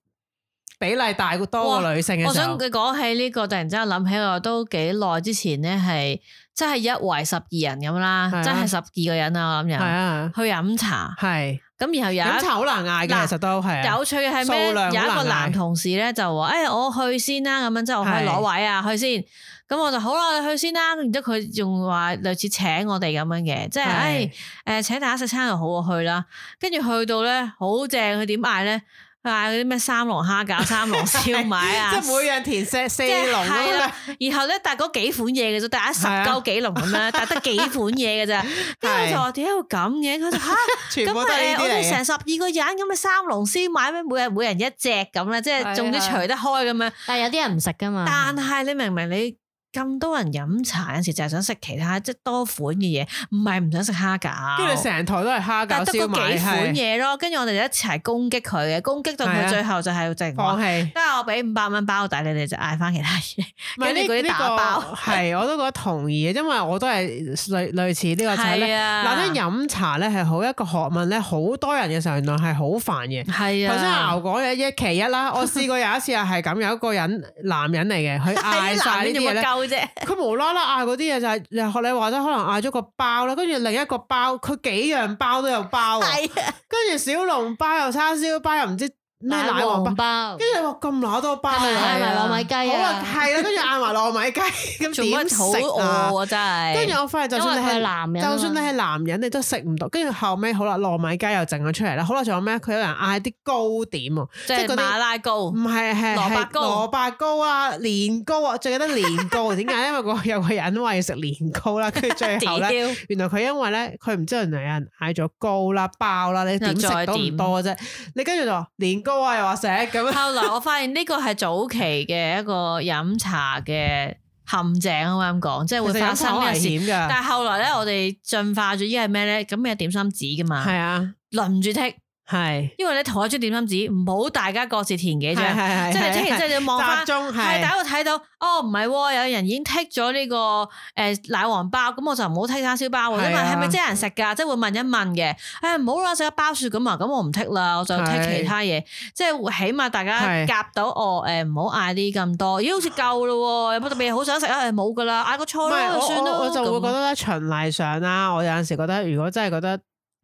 比例大過多過女性嘅我時候想，佢講起呢、個，突然之間諗起我都幾耐之前咧，係真係一圍十二人咁啦，係啊真係十二個人啊，我諗係有啊，去飲茶，係咁然後有飲一茶好難嗌嗱嘅，其實都係啊有趣嘅係咩？數量好有一個難男嗌同事咧就話：，誒、哎我去先啦，咁樣即係我可以係攞位啊，去先。咁我就好啦，你去先啦。然之後佢仲話類似請我哋咁樣嘅，即係誒係誒請大家食餐就好，我去啦。跟住去到咧好正，佢點嗌咧？佢嗌嗰啲咩三郎蝦餃、三郎燒賣啊， 即係每樣填四四即係籠啊係咁樣啦。然後咧，但係嗰幾款嘢嘅啫，大家十係啊鳩幾籠咁樣，但係得幾款嘢嘅咋。跟住我就話點解會咁嘅？ 佢就吓。 全咁啊部都係誒，呢我啲哋嚟嘅。成十二個人，咁咪三籠先買咩？每人每人一隻咁啦，即係係仲要除得開咁樣。但係有啲人唔食噶嘛。但係你明唔明？你咁多人飲茶，有時就係想食其他即係多款嘅嘢，唔係唔想食蝦餃。跟住成台都係蝦但餃係得燒嗰賣，幾款係嘢咯。跟住我哋就一齊攻擊佢嘅，攻擊到係佢啊最後就係淨放話，棄。 得我俾五百蚊包底，你哋就嗌翻其 他嘢。唔係跟住嗰呢啲呢打包個係我都覺得同意嘅，因為我都係類類似呢個就係咧。啊嗱，咧飲茶咧係好一個學問咧，好多人嘅時候原來係好煩嘅。係頭先 啊，牛講嘅一其一啦，我 試過有一次係咁，有一個人男人嚟嘅，佢嗌 晒呢啲嘢咧，夠啫。佢無啦啦嗌嗰啲嘢就係學你話齋，可能嗌咗個包啦，跟住另一個包，佢幾樣包都有包啊，係啊，跟住小籠包又叉燒包又唔知咩奶奶黃包，黃包，跟住我咁乸多包啊係咪啊買糯米雞好啊，啊？係啦，跟住嗌埋糯米雞， 咁做點乜好食啊？餓啊？真跟係住。我發現，就因為算你佢係係男人啊嘛，就算你係男人，你都食唔到。跟住後尾好啦，糯米雞又整咗出嚟啦。好啦，仲有咩？佢有人嗌啲糕點啊，哦即係係嗰啲馬拉糕唔，係係蘿蔔係糕蘿蔔糕啊，年糕啊，最記得年糕。點解？因為嗰有個 人話要食年糕啦，跟住最 後咧。屌原來佢因為咧，佢唔知原來有人嗌咗糕啦、包啦，你點食又再都唔點多啫。你跟住就話年糕啊，又話食咁樣。後來我發現呢個係早期嘅一個飲茶嘅陷阱啊，我咁講，即係會其實發飲茶生好危呢件事。啊險啊㗎，但係後來咧，我哋進化咗，依係咩咧？咁有點心紙噶嘛，係啊，輪住剔，係因為咧同一張點心紙，唔好大家各自填係幾張，係係，即係你剔係完之後你要望翻集。中係，係大家會睇到，哦，唔係喎，有人已經剔咗呢個誒奶黃包，咁我就唔好剔叉燒包喎，因係為啊係咪真有人食㗎？即係會問一問嘅，哎誒唔好啦，食一包雪咁啊，咁我唔剔啦，我就剔係其他嘢，即係起碼大家係夾到我誒唔好嗌啲咁多，咦好似夠咯喎，有冇特別嘢好想食啊？誒冇㗎啦，嗌個菜唔係咯，我算啦，我我就會咁覺得咧循例上啦，我有陣時覺得如果真係覺得。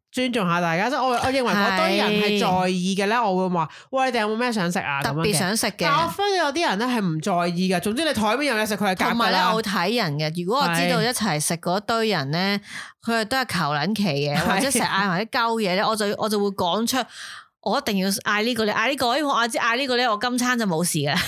尊重下大家，即係我我認為嗰堆人係係在意嘅咧，我會話：喂，你哋有冇咩想食啊？咁特樣別嘅。想食嘅但。我分有啲人咧係唔在意嘅。總之你台面有嘢食，佢係夾同埋㗎咧，啦我會睇人嘅。如果我知道一係齊食嗰堆人咧，佢哋都係求撚其嘅，係或者成日嗌埋啲鳩嘢咧，我就我就會講出。我一定要嗌呢、個，你嗌呢、個，因為我知嗌呢個咧，我今餐就冇事噶啦，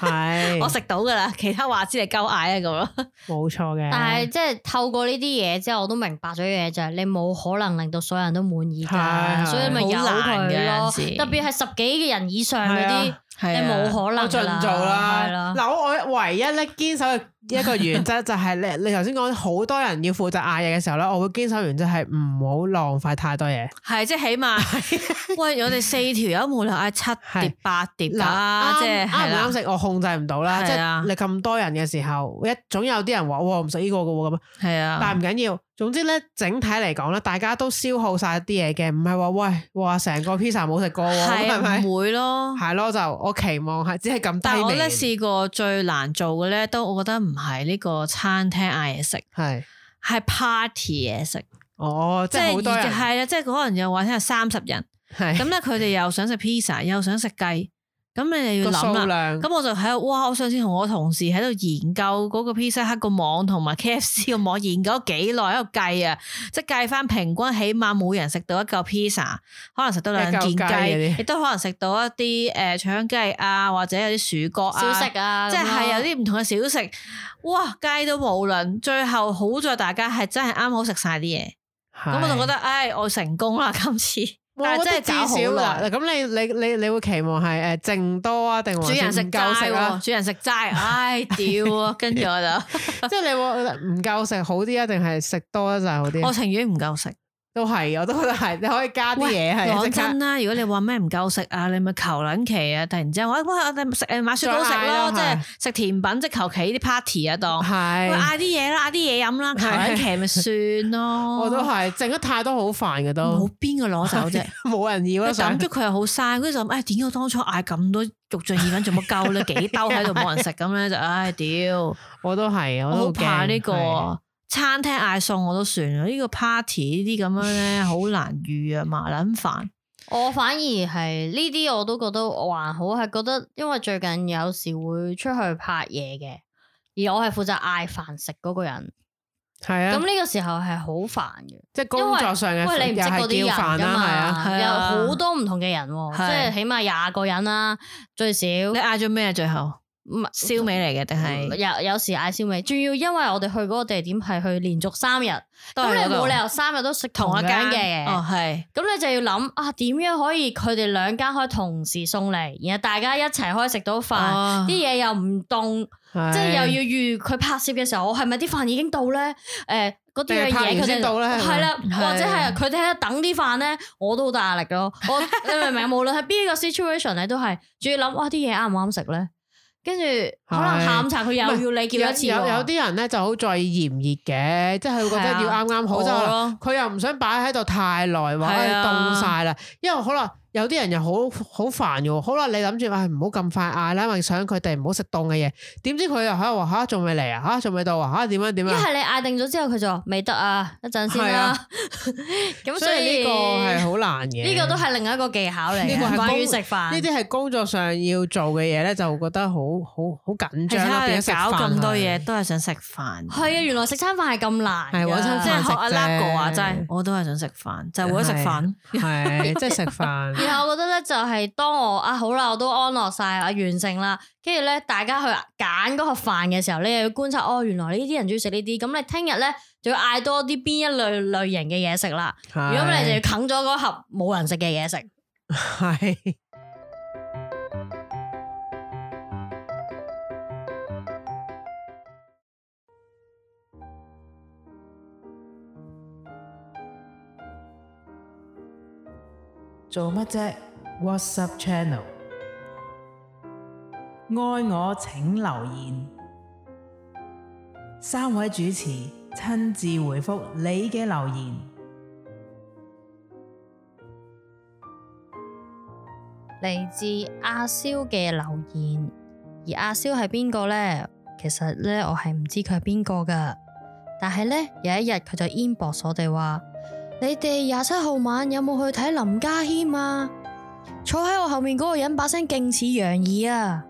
係我食到噶啦，其他話知你鳩嗌啊咁咯。冇錯嘅。但係即係透過呢啲嘢之後，我都明白咗一樣嘢就係你冇可能令到所有人都滿意㗎，係係 所以咪由好難佢嘅有咯。陣時特別係十幾個人以上嗰係啲啊，係你冇可能我㗎盡啦做係啦啦。。嗱，我我唯一咧堅守嘅一個原 則就係你你頭先講好多人要負責嗌嘢嘅時候咧，我會堅守原則係唔好浪費太多嘢。係即係起碼，喂，我哋四條友冇理由嗌七碟係八碟嗱，啦，啱即係啱係唔啦啱，食，我控制唔到啦。即係啊係你咁多人嘅時候，一總有啲人話：哇，唔食呢個嘅喎咁樣。係啊但係唔緊要，總之咧，整體嚟講咧，大家都消耗晒啲嘢嘅，唔係話喂，哇，成個 pizza 冇食過喎，係咪係？唔會咯。係咯，就我期望係只係咁低但微。係我咧試過最難做嘅咧，都我覺得唔係呢個餐廳嗌嘢食，係，係 party 嘢食，哦，即即係係好多人而係啦，啊即係可能又話聽係三十 人，咁係咧佢哋又想食 pizza，又想食雞，咁你就個要諗數啦。量。咁我就喺度，哇！我上次同我同事喺度研究嗰個 pizza hut 個網同埋 KFC 個網，研究咗幾耐喺度計啊，即係計翻平均，起碼每人食到一嚿 pizza，可能食到兩件一嚿雞嗰雞，啲亦都可能食到一啲誒腸雞啊，或者有啲薯角啊。小食啊，即係有啲啲唔同嘅小食，哇！雞都冇論，最後好在大家係真係啱好食晒啲嘢，咁我就覺得，唉，我成功啦今次。 但係真係搞好耐嗱，咁你你你你會期望係诶剩多啊，定煮還人是食唔齋夠食喎，啊？煮人 食齋，唉屌啊！跟住我就，即係你會覺得唔夠食好啲啊，定係食多一陣好啲我啊？情願唔夠食。都係，我都覺得係，你可以加啲嘢係啊講即刻真。啦，如果你話咩唔夠食啊，你咪求撚其啊！突然之間，喂喂，我哋食 誒買雪糕食再嗌咯咯，即係食甜品，即係求其啲 party 啊當。喂，係，嗌啲嘢啦，嗌啲嘢飲啦，求撚其咪算咯。 我都係剩得太多好煩嘅都冇，邊個攞走啫？ 冇人要你啦，想抌咗佢又好嘥，跟住就唉，點解我當初嗌哎咁多肉醬意粉做乜鳩咧？幾兜喺度冇人食咁咧，就唉屌！我都係，我我都 驚好怕呢個係餐廳嗌餸我都算啦，呢、個 party 呢啲咁樣咧好難預啊，麻撚煩。我反而係呢啲我都覺得我還好，係覺得因為最近有時會出去拍嘢嘅，而我係負責嗌飯食嗰個人，係咁啊，呢個時候係好煩嘅。即係工作上啊嘅喂，你唔又識嗰係啲叫人飯噶啦，係啊，嘛，係啊有好多唔同嘅人喎，即係係起碼廿個人啦，最少。你嗌咗咩啊最後？唔係燒味嚟嘅定係？有有時嗌燒味，仲要因為我哋去嗰個地點係去連續三日，都咁係嗰你度冇理由三日都食同同一一間間嘅，哦，係咁你就要諗啊點樣可以佢哋兩間可以同時送嚟，然後大家一齊可以食到飯，哦啲嘢又唔凍，即係又要預佢拍攝嘅時候，我係咪啲飯已經到咧？誒嗰啲嘅定係拍完嘢佢哋先到咧係啦，係或者係佢哋喺度等啲飯咧，我都好大壓力咯。我你明唔明？無論係邊一個 situation 你都係，仲要諗哇啲嘢啱唔啱食咧？跟住可能係下午茶佢又要你有叫一次有有喎。啲人咧就好在意炎熱嘅，即係佢會覺係得啊要啱啱好就我咯佢又唔想擺喺度太耐，話係唉啊凍晒啦。因為好啦，有啲人又好好煩嘅喎。好啦，你諗住唉唔好咁快嗌啦，因為想佢哋唔好食凍嘅嘢。點知佢又喺度話吓仲未嚟啊，吓仲未到啊，吓點樣點一樣。係你嗌定咗之後，佢就話未得啊，一陣先係啦啊。 咁所以呢個係呢好難嘅。個都係另一個技巧嚟呢個嘅，係關於工食飯。呢啲係工作上要做嘅嘢咧，就覺得好好好緊係張啦。變咗食睇下飯你搞咁多係嘢，都係想食飯。係啊，原來食餐飯係咁難㗎，係搵餐飯即係學阿食啫 Lago 話齋，我都係想食飯，就係為咗食飯。係即係食飯。然後我覺得咧，就係當我啊好啦，我都安樂晒啊，完成啦。跟住咧，大家去揀嗰個飯嘅時候，你又要觀察哦，原來呢啲人中意食呢啲，咁你聽日咧就要嗌多啲邊一類類型嘅嘢食啦。 如果唔係你就要啃咗嗰盒冇人食嘅嘢食。係做乜啫？What's Up Channel？愛我請留言，三位主持親自回覆你嘅留言。嚟自阿蕭嘅留言，而阿蕭係邊個呢？其實呢，我係唔知佢係邊個噶，但係呢，有一日佢就 inbox 我哋話：你哋廿七號晚有冇去睇林家謙啊？坐喺我後面嗰個人把聲勁似楊怡啊！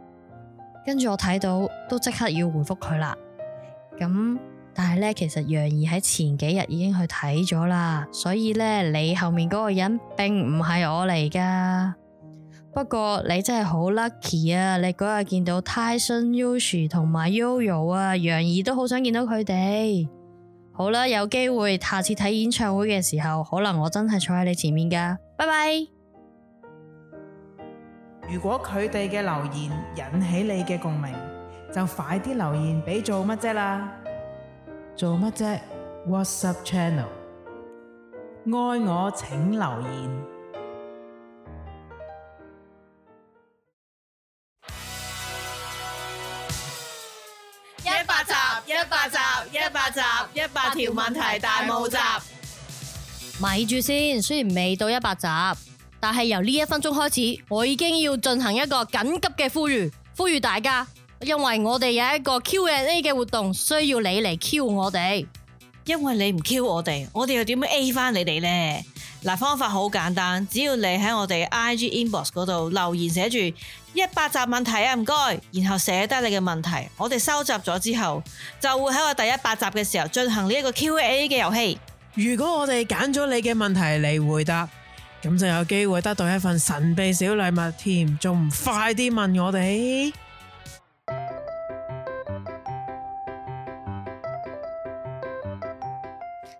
跟住我睇到都即刻要回覆佢啦。咁但係呢，其實楊怡喺前幾日已經去睇咗啦，所以呢，你後面嗰個人並唔係我嚟噶。不過你真係好 lucky 啊！你嗰日見到 Tyson、Yoshi 同埋 Yoyo 啊，楊怡都好想見到佢哋。好啦，有機會下次睇演唱會嘅時候，可能我真係坐喺你前面噶。拜拜。如果佢哋嘅留言引起你嘅共鳴，就快啲留言俾做乜啫啦！做乜啫？What's Up Channel？愛我請留言。一百集，一百集，一百集，一百條問題大募集。咪住先，雖然未到一百集，但係由呢一分鐘開始，我已經要進行一個緊急嘅呼籲，呼籲大家，因為我哋有一個 Q&A 嘅活動，需要你嚟 Q 我哋。因為你唔 Q 我哋，我哋又點樣 A 翻你哋呢？嗱，方法好簡單，只要你喺我哋 IG inbox 嗰度留言寫住一百集問題啊，唔該，然後寫低你嘅問題，我哋收集咗之後，就會喺我第一百集嘅時候進行呢一個 Q&A 嘅遊戲。如果我哋揀咗你嘅問題嚟回答，咁就有機會得到一份神秘小禮物添，仲唔快啲問我哋？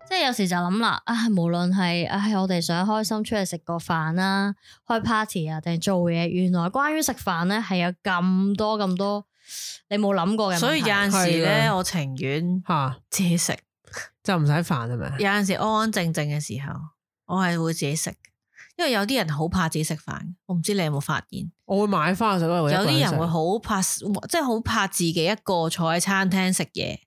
即係有有時就諗啦，啊，無論係唉，我哋想開心出去食個飯啦，開 party 啊，定係做嘢，原來關於食飯咧係有咁多咁多 你冇諗過嘅問題。所以有陣時啊咧，我情願吓自己食。就唔使煩係咪？有陣時安安靜靜嘅時候，我係會自己食，因為有啲人好怕自己食飯。我唔知你有冇發現，我會買翻食咯，我一有個啲人食會好怕，即係好怕自己一個坐喺餐廳食嘢，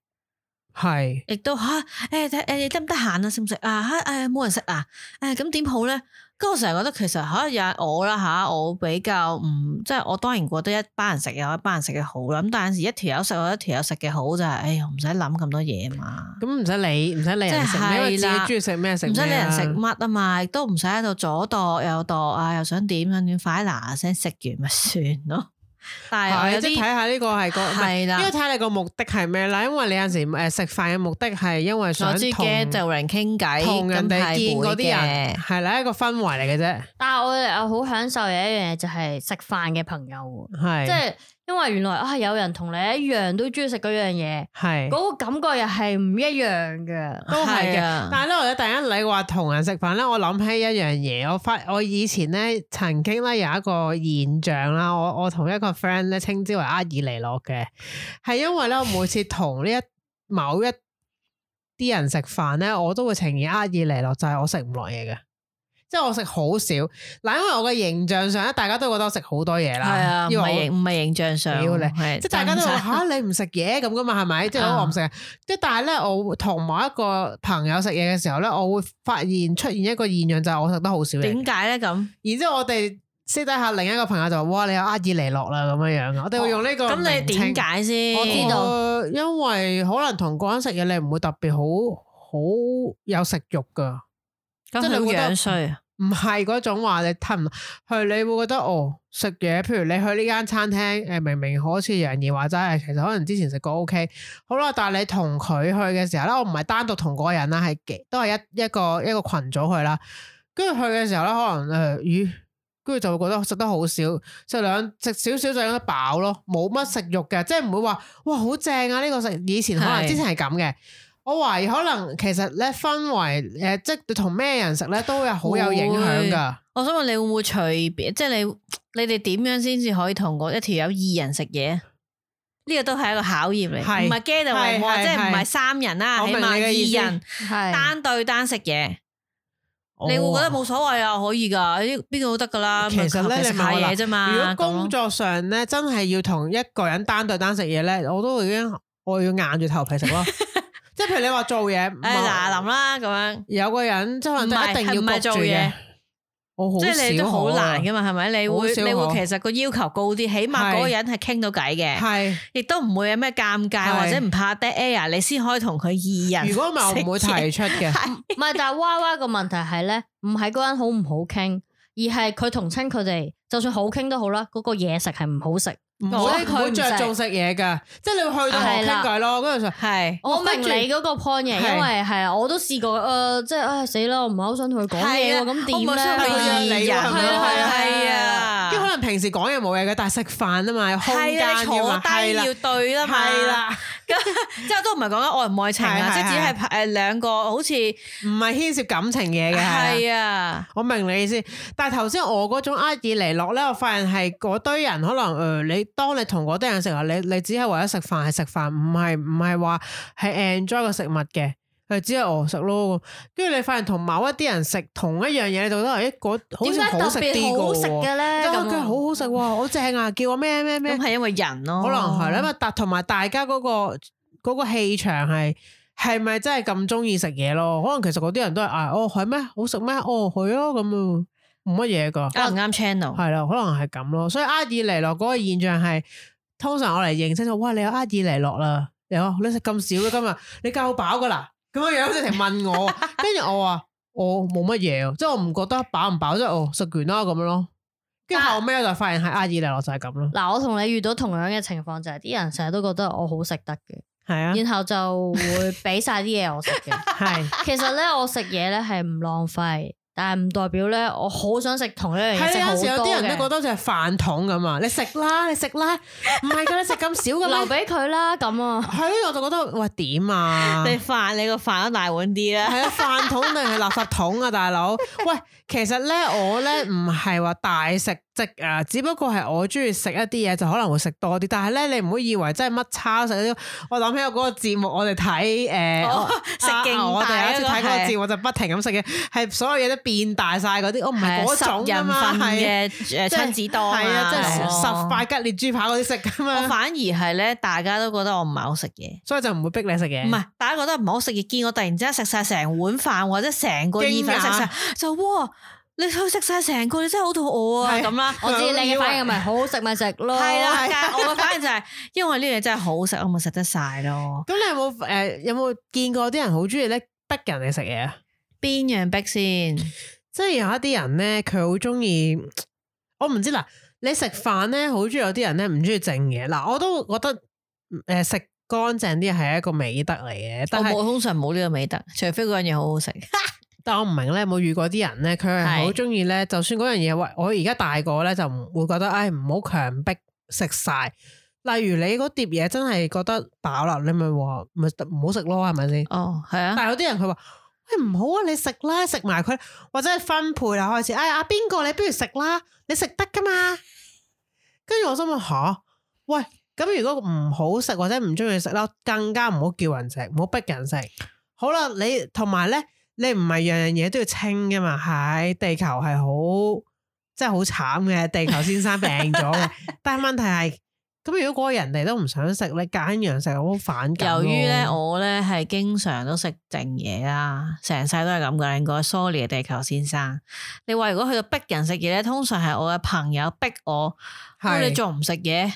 係亦都吓誒誒，你得唔得閒啊？食唔食啊？嚇誒冇人食啊？誒咁點好咧？跟住我成日覺得其實嚇有我啦嚇，我比較唔即係我當然覺得一班人食有一班人食嘅好啦，咁但係有時一條友食有一條友食嘅好就係、哎呀唔使諗咁多嘢嘛。咁唔使理，唔使理人食咩，因為自即係係己啦中意食咩食唔使咩理人食啦乜啊嘛，亦都唔使喺度左度右度啊，又想點想點，快嗱嗱聲食完 咪算咯。但係我有係即係睇啲下呢個係個唔係係因為啦睇，下你個目的係咩啦，因為你有陣時誒食飯嘅目的係因為我想知同嘅就人傾偈，同人哋見嗰啲人，咁係會嘅。係啦一個氛圍嚟嘅啫，但係我哋我好享受有一樣嘢就係食飯嘅朋友喎，係即係因為原來啊有人同你一樣都中意食嗰樣嘢，係嗰、個感覺又係唔一樣嘅。都係係嘅啊，但係咧，我突然間你話同人食飯咧，我諗起一樣嘢，我發我以前咧曾經咧有一個現象啦，我我同一個 friend 咧稱之為厄爾尼諾嘅，係因為咧我每次同呢一某一啲人食飯咧，我都會呈現厄爾尼諾，就係、我食唔落嘢嘅，即係我食好少。嗱，因為我嘅形象上咧，大家都覺得我食好多嘢啦，係啊，唔因為我係形唔係形象上，屌你係即係大家都真話實吓你唔食嘢咁噶嘛，係 咪？即係我唔食嘢，即係但係咧，我同某一個朋友食嘢嘅時候咧，我會發現出現一個現象就係我食得好少嘢點，解咧咁？然之後我哋私底下另一個朋友就話：哇，你有厄爾尼諾啦咁樣樣，我哋會用呢個哦咁你名稱點？解先？我知道，因為可能同個人食嘢，你唔會特別好好有食慾噶，咁即係佢你覺得樣衰啊！唔係嗰種話你吞唔去，你會覺得哦食嘢，譬如你去呢間餐廳，誒明明好似楊怡話齋，其實可能之前食過 OK，好啦，但係你同佢去嘅時候咧，我唔係單獨同嗰個人啦，係幾都係一一個一個群組去啦，跟住去嘅時候咧，可能誒、呃咦，跟住就會覺得食得好少，食兩食少少就應該飽咯，冇乜食慾嘅，即係唔會話哇好正啊呢、個食，以前可能係之前係咁嘅。我懷疑可能其實咧氛圍誒、呃即係你同咩人食咧都有好有影響㗎。我想問你會唔會隨便？即係你你哋點樣先至可以同我一條友二人食嘢？呢個都係一個考驗嚟，係唔係 g a t h 係 e 係即係唔係係三人啦，我起明你嘅意思碼二人係單對單食嘢，你會覺得冇所謂啊，可以噶，呢邊個都得噶啦。哦其實咧咪求其食你問下我啦嘢啫嘛，如果啊咁咯工作上咧，真係要同一個人單對單食嘢咧，我都已經我要硬住頭皮食 咯。即係譬如你話做嘢，誒哎嗱臨啦咁樣，有個人即係可唔能係一定係要唔係焗住做嘅嘢，我好即係你都好難嘅噶嘛，係咪？你好會少你可會其實個要求高啲，起碼嗰個係人係傾到偈嘅，係。亦都唔會有咩尷尬係或者唔怕 dead air，你先可以同佢二人。如果唔係，我唔會提出 嘅。唔係，但係 Y Y 個問題係咧，唔係嗰個人好唔好傾，而係佢同親佢哋，就算好傾都好啦，嗰、個嘢食係唔好食。唔我會唔覺得佢會唔着食重食嘢㗎，即係你會去到係學啦傾偈咯。跟住就係我哇明跟住你嗰個 point 嘅，因係為係啊，我都試過，誒、即係唉死啦，我唔係好想同佢講嘢係喎，啊咁我唔係想點同佢咧？係二啊係啊係係啊啊，因為可能平時講嘢冇嘢嘅，但係食飯啊嘛，有空係間啊，㗎你坐嘛，低係啦要對啦嘛，係，啦，即係都唔係講緊愛唔愛情係啊，係即係只係誒兩個好似唔係牽涉感情嘢嘅。係啊係啊，我明你意思，但係頭先我嗰種厄呃爾尼諾咧，我發現係嗰堆人可能誒、呃你當你同嗰堆人食飯，你你只係為咗食飯係食飯，唔係唔係話係 enjoy 個食物嘅，佢只係我食咯咁。跟住你發現同某一啲人食同一樣嘢，你就覺得誒嗰好點似解特好食啲別好食嘅喎，嘅咧？啊咁佢啊好好食喎，好正啊！叫我咩咩咩咁，係因為人咯，可能係啦，因為但同埋大家嗰、個嗰、個氣場係係咪真係咁中意食嘢咯？可能其實嗰啲人都係嗌哦係咩好食咩？哦係啊咁啊，冇乜嘢噶，啱唔啱 channel？係啊啦，可能係咁咯。所以厄爾尼諾嗰個現象係通常我嚟認識就哇你有厄爾尼諾啦，你話你食咁少嘅今日，你夠飽噶啦咁樣樣，直情問我， 跟住我話我冇乜嘢喎，即係我唔覺得飽唔飽，即係哦食完啦咁樣咯。跟住後尾我就發現係厄爾尼諾就係咁咯，嗱，我同你遇到同樣嘅情況就係、啲人成日都覺得我好食得嘅，係啊，然後就會俾晒啲嘢我食嘅。係。其實咧，我食嘢咧係唔浪費，但係唔代表咧，我好想食同一樣嘢係食啊好有時有多啲人都覺嘅。得就係飯桶咁啊！你食啦，你食啦，唔係㗎，你食咁 少㗎啦留，俾佢啦，咁啊，係咯，我就覺得喂點啊？你飯你個飯都大碗啲啦。係啊，飯桶定係垃圾桶啊，大 佬！喂，其實咧，我咧唔係話大食積啊，只不過係我中意食一啲嘢就可能會食多啲，但係咧你唔好以為真係乜抄食嗰啲。我諗起我嗰個節目，我哋 睇誒哦食勁大我哋有一次睇嗰嗰個個係節目就不停咁食嘅，係所有嘢都變大晒嗰啲，我哦唔係啊嗰種十㗎人嘛，份係啊嘅誒親子檔係啊，即係係十塊吉列豬扒嗰啲食㗎我 嘛，反而係咧，大家都覺得我唔係好食嘢。所以就唔會逼你食嘢。唔係，大家覺得唔好食嘅，見我突然之間食晒成碗飯或者成個意粉食驚晒，就哇！你去食晒成個，你真係好肚餓啊係咁 啦。我知你嘅反應咪好好食咪食咯。係 啦，但係我嘅反應就係，因為呢樣嘢真係好食，我咪食得晒咯。咁你有冇誒有冇見過啲人好中意咧逼人哋食嘢啊？邊樣逼先？即係有一啲人咧，佢好中意，我唔知嗱，你食飯咧，好中意有啲人咧唔中意剩嘢。嗱，我都覺得诶食乾淨啲係一個美德嚟嘅，我但冇係通常冇呢個美德，除非嗰樣嘢好好食。但我唔明咧，有冇遇過啲人咧，佢係好中意咧，就算嗰樣嘢，喂，我而家大個咧就唔會覺得，唉，唔好強迫食晒。例如你嗰碟嘢真係覺得飽啦，你咪話咪唔好食咯，係咪先？ 哦，係啊，但係有啲人佢話。喂，唔好啊！你食啦，食埋佢，或者係分配啦，開始。哎阿邊個你不如食啦，你食得噶嘛？跟住我心諗吓，喂，咁如果唔好食或者唔中意食啦，更加唔好叫人食，唔好逼人食。好啦，你同埋咧，你唔係樣樣嘢都要清噶嘛？係地球係好，真係好慘嘅，地球先生病咗 嘅。但係問題係，咁如果嗰個人哋都唔想食，你揀樣食，我好反感咯。由於咧我咧係經常都食剩嘢啦，成世都係咁噶，應該 sorry 啊地球先生。你話如果去到逼人食嘢咧，通常係我嘅朋友逼我，係喂你仲唔食嘢？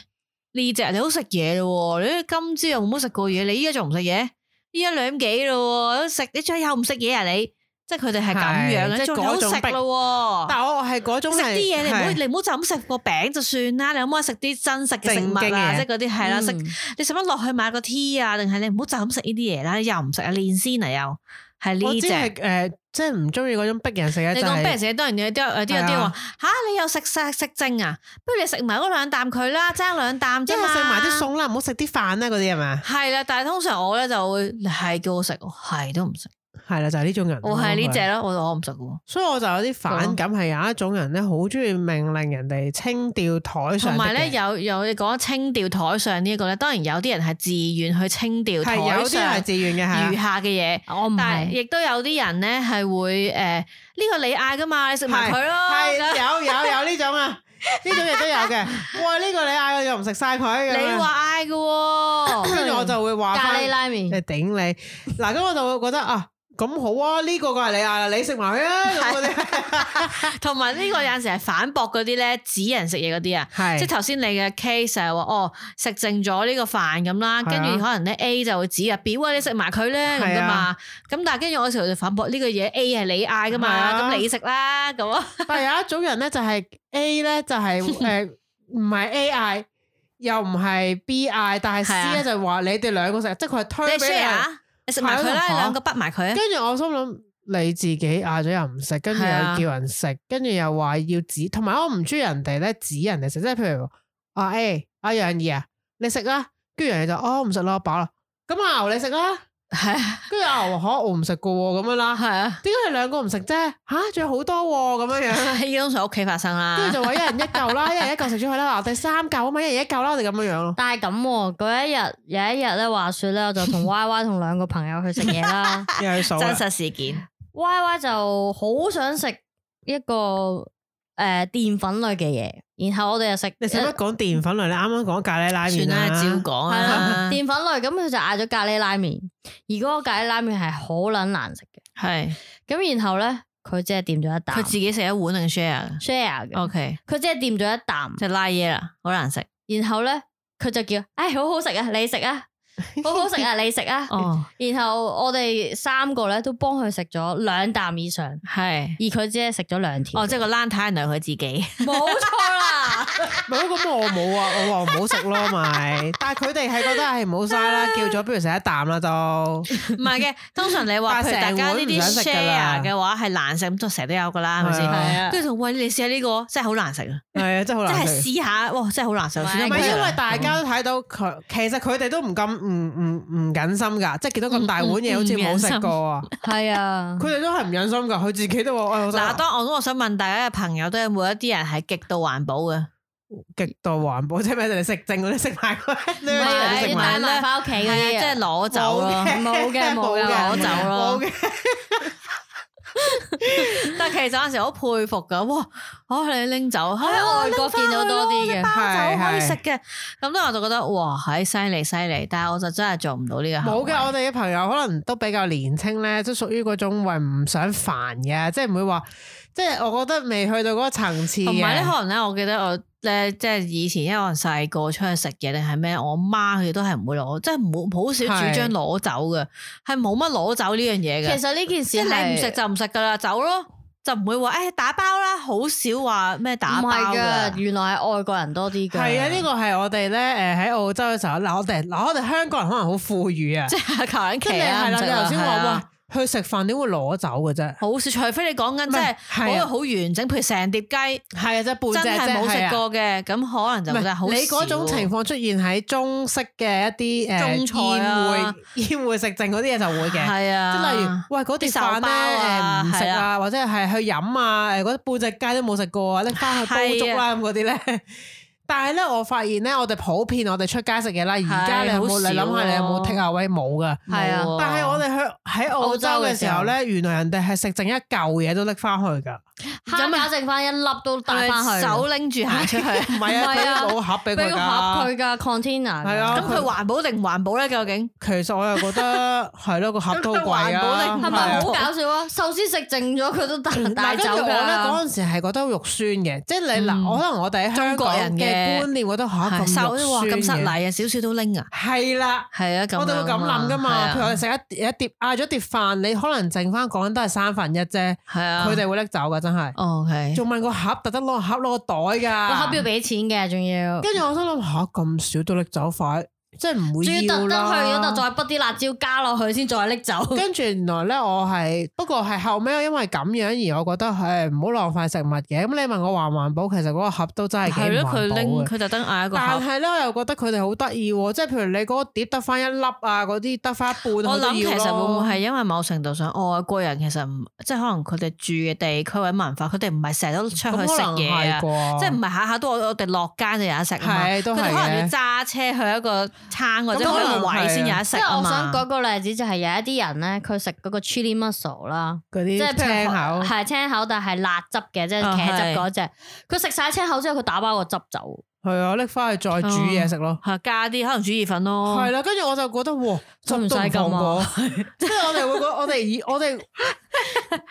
呢只你好食嘢咯喎，你今朝又冇食過嘢，你依家仲唔食嘢？依家兩幾咯喎，食你最後唔食嘢啊你？即係佢哋係咁樣係嘅，即係仲嗰好種食逼咯喎。但我係嗰種食係啲嘢你唔好係你唔好就咁食個餅就算啦，你可唔可以食啲真實嘅食正物經啊？嘢嗯即係嗰啲係啦，食你使乜落去買個 tea 啊？定係你唔好就咁食呢啲嘢啦，你又唔食啊，練先啊又係我呢知只。係诶，即係唔中意嗰種逼人食嘅，你就講係俾人食，當然有啲有啲有係啲啊話吓，你又食晒食蒸啊？不如你食埋嗰兩啖佢啦，爭兩啖一啫嘛。係食埋啲。餸啦，唔好食啲飯啦，嗰啲係咪？係啦，但係通常我咧就會你係叫我食，我係都唔食。係啦，就係呢種人。我係呢只，咯，我我唔食嘅。所以我就有啲反感，係有一種人咧，好中意命令人哋清掉台上的同嘢。埋咧，有有你講清掉台上呢一個咧，當然有啲人係自願去清掉係台有啲人係上自願嘅，係啊嗯餘啦下嘅嘢。我唔但係係，亦都有啲人咧係會誒呢個你嗌噶嘛，你食埋佢係咯。有有有呢種啊，呢種亦都有嘅。哇！呢個你嗌我又唔食晒佢，咁樣你話嗌嘅喎，跟住我就會話咖返喱拉麵你頂你嗱，咁我就會覺得啊，咁好啊，呢個個係你嗌啦，你食埋佢啊，咁嗰啲同埋呢個有陣時係反駁嗰啲咧指人食嘢嗰啲啊。係即係頭先你嘅 case 係話哦食剩咗呢個飯咁啦，係啊跟住可能咧 A 就會指入 B，喂你食埋佢咧咁係噶嘛啊。咁但係跟住我有時候就反駁呢個嘢 A 係你嗌噶係嘛，啊咁你食啦 咁啊。但係有一種人咧，就係 A 咧，就 係诶唔係 A I，又唔係 B I，但係係啊 C 咧就話你哋兩個食，即係佢係你推俾 share 啊你。，你食埋佢係啦，啊你兩個畢埋佢跟啊。住我心諗你自己嗌咗又唔食，跟住係又啊叫人食，跟住又話要指，同埋我唔中意人哋咧指人哋食，即係譬如啊 A 阿楊怡啊，你食啦，跟住人哋就哦唔食啦，我飽啦，咁阿牛你食啦，係啊跟住阿牛話嚇哦我唔食噶喎咁樣啦，係啊，點解你兩個唔食啫？吓，仲有好多喎咁樣樣。呢啲通常屋企發生啦。跟住就話一人一嚿啦，一人一嚿食咗佢啦，嗱第三嚿啊嘛，一人一嚿啦，我哋咁樣樣咯。 但係咁喎嗰一日有一日咧，話說咧，我就 同 Y Y 同兩個朋友去食嘢啦。又去啊數真實事件， Y Y 就好想食一個诶淀粉類嘅嘢，然後我哋又食呃你使乜講澱粉類？你啱啱講咖喱拉啊算麵啦，啦，照講係啦 啊，澱粉類，咁佢就嗌咗咖喱拉麵，而嗰個咖喱拉麵係好撚難食嘅。係咁然後咧，佢只係掂咗一佢啖自己食哦一碗定 share 啊 share 嘅， ？OK，佢只係掂咗一啖，即係拉嘢啦，好難食。然後咧佢就叫：，唉、好好食啊，你食啊，好好食啊，你食啊。 哦，然後我哋三個咧都幫佢食咗兩啖以上，而係，佢只係食咗兩條，哦 哦，即係個冷太原來佢自己。冇錯啦。唔係咁我冇啊，我話唔好食咯， 咪。但係佢哋係覺得係唔好嘥啦，叫咗不如食一啖啦都。唔係嘅，通常你但話係譬如大成家碗呢唔啲想食㗎 share 啦嘅話係難食，咁都成日都有㗎啦，係咪係啊先？係跟住同喂，你試下呢個真係好難食啊！係啊，真係好真係啊難食。試下，哇！真係好難受，唔係算啦唔唔好係食啦因為大家都睇到佢，其實佢哋都唔咁唔唔唔忍心㗎，即係見到咁大碗嘢好似冇食過啊，系啊，佢哋都係唔忍心㗎，佢自己都話：， 哎，我嗱，當我我想啊問大家嘅朋友，都有冇一啲人係極度環保嘅？極度環保，即係咩？你食剩嗰啲食埋佢，你唔啊咪係食要埋帶埋翻屋企嗰係啊，啲即啊係攞走 咯。冇 嘅冇嘅攞走冇咯 嘅。但其實有陣時好佩服噶，哇！哦，你拎走喺喺外國見到多啲嘅包走可以係食嘅。咁咧我就覺得哇，係犀利犀利，但係我就真係做唔到呢個行冇為。嘅，我哋嘅朋友可能都比較年青咧，都屬於嗰種為唔想煩嘅，即係唔會話，即係我覺得未去到嗰個層次嘅。同埋咧，可能咧，我記得我咧，即係以前因為我細個出去食嘢定係咩，我媽佢哋都係唔會攞，即係冇好少主係張攞走嘅，係冇乜攞走呢樣嘢嘅。其實呢件事即係係你唔食就唔食噶啦，走咯，就唔會話誒打包啦，好少話咩打唔包係㗎㗎，原來係外國人多啲㗎。係啊，呢個係我哋咧，誒喺澳洲嘅時候，嗱我哋嗱我哋香港人可能好富裕啊，即係求緊即期係啊，係唔啦，食你啦頭先係話啊哇，去食飯點會攞走嘅啫？好少，除非你講緊唔係即係係啊嗰個好完整，譬如成碟雞係啊，即係半隻真係啫冇係食啊過嘅，咁可能就唔覺得係好你嗰種少情況出現喺中式嘅一啲中誒菜啊宴會宴會食剩嗰啲嘢就會嘅。係即啊，係例如，喂嗰碟啲手飯包啊咧誒唔食係啊啊，或者係去飲啊，誒嗰半隻雞都冇食過啊，拎翻去煲係粥啦咁嗰啲咧。 但係咧，我發現咧，我哋普遍我哋出街食嘢啦，而家你有冇好少你諗下你有咯冇 take away 冇噶？係啊冇但係我哋去喺澳洲嘅時候澳咧，原來人哋係食剩一嚿嘢都拎翻去㗎，蝦餃剩翻一粒都帶翻去，手拎住行出去，唔 咁係啊，唔係啊佢冇盒俾佢俾個盒㗎。啊佢㗎 container 㗎。係啊佢環保定唔環保咧？究竟其實我又覺得係咯，個盒都好貴環保啊力，唔係係啊咪好搞笑啊？壽司食剩咗佢都帶帶但走跟住我咧嗰㗎。陣時係覺得好肉酸嘅，即係你嗱，我可能我哋喺香港中國人嘅嘅觀念覺得嚇係咁手肉哇酸咁失嘅，禮啊，少少都拎啊，係啦。係啊，咁我哋會咁諗噶嘛？譬如我哋係啊食一碟一碟嗌咗碟飯，你可能剩翻講緊都係三分一啫，啊，哦佢哋會拎走噶，真係。 O K，仲問個盒，特登攞個盒攞個袋㗎。個盒要俾錢嘅，仲要。跟住我心諗吓咁少都拎走快，即係唔仲會要要特登去嗰啦度。再滗啲辣椒加落去先再拎走。嗯跟住原來咧，我係不過係後尾因為咁樣而我覺得誒唔好浪費食物嘅。咁你問我環唔環保，其實嗰個盒都真係幾係唔環咯，佢保拎嘅佢特登嗌一個但盒。係咧，我又覺得佢哋好得意喎，即係譬如你嗰個碟得翻一粒啊，嗰啲得翻一半，佢我都諗其要實會咯唔會係因為某程度上哦外國人其實唔即係可能佢哋住嘅地區或者文化，佢哋唔係成日都出咁去食可能嘢係啊，啩即係唔係下下都我我哋落街就有得食啊嘛。係佢都哋係可能要嘅揸車去一個餐或者去咁可一能個位先有得食即係啊我想嘛。舉個例子，就係有一啲人咧，佢食嗰個 chili muscle 啦，嗰即係啲譬青如口係青口，但係辣汁嘅，即係啊茄汁係嗰只。佢食晒青口之後，佢打包個汁走。係啊，拎翻去再煮嘢食咯。係加啲可能煮意粉咯。係啦，跟住我就覺得哦哇，都汁唔都使唔放咁過啊， 即係我哋會覺，我哋以我 哋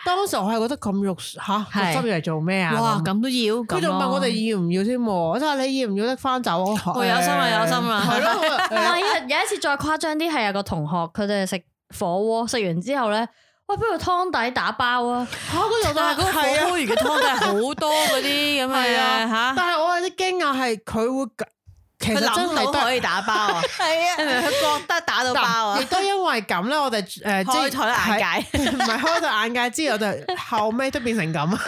當時我係覺得咁肉吓係個汁嚟做咩啊？哇，咁都要。佢佢仲問我哋要唔要添喎？我就話你要唔要拎翻走？我我有心啦有心啦啊係咯我唔係啊，有一次再誇張啲，係有個同學佢哋食火鍋，食完之後咧，喂，不如湯底打包啊！嚇嗰度都但係嗰個 火係啊鍋魚嘅湯真係好多嗰啲咁係嘅啊，嚇，但係我有啲驚訝係佢會咁，其佢實真諗係到都可以打 包啊，係啊，佢覺得打到包啊嗱，亦，都因為咁咧，我哋誒即開係台啊眼界。係唔係開咗眼界之後，我哋後尾都變成咁。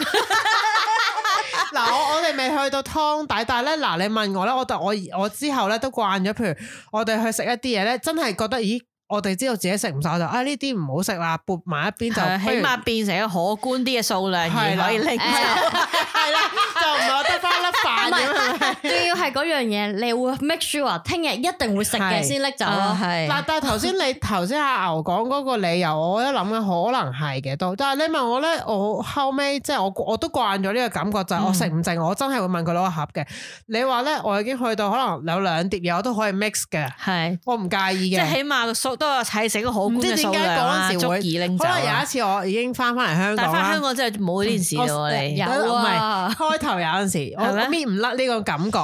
嗱，我我哋未去到湯底，但係咧，嗱，你問我咧，我就我我之後咧都慣咗，譬如我哋去食一啲嘢咧，真係覺得，咦，我哋知道自己食唔晒，我就啊呢啲唔好食啦，撥埋一邊就 係不起如碼變成一個可觀啲嘅數量，而係啦可以拎走。係啦，就 唔係我得翻粒飯咁樣。啊啊仲要係嗰樣嘢，你會 make sure 聽日一定會食嘅係先拎走啊咯。係嗱，但係頭先 你頭先阿牛講嗰個理由，我都諗緊可能係嘅都。但係你問我咧，我後尾即係我我都慣咗呢個感覺，就係嗯我食唔剩，我真係會問佢攞個盒嘅。你話咧，我已經去到可能有兩碟嘢，我都可以 mix 嘅，係，我唔介意即係嘅。起碼個數都有砌成一個可唔觀知嘅點數解嗰量啦，陣時足會，以拎走可能有啦一。次我已經翻翻嚟香但港係翻啊香啦。港真係冇呢件事我咯，誒你有啊唔係開頭有陣時，我係咩我搣唔甩呢個感覺。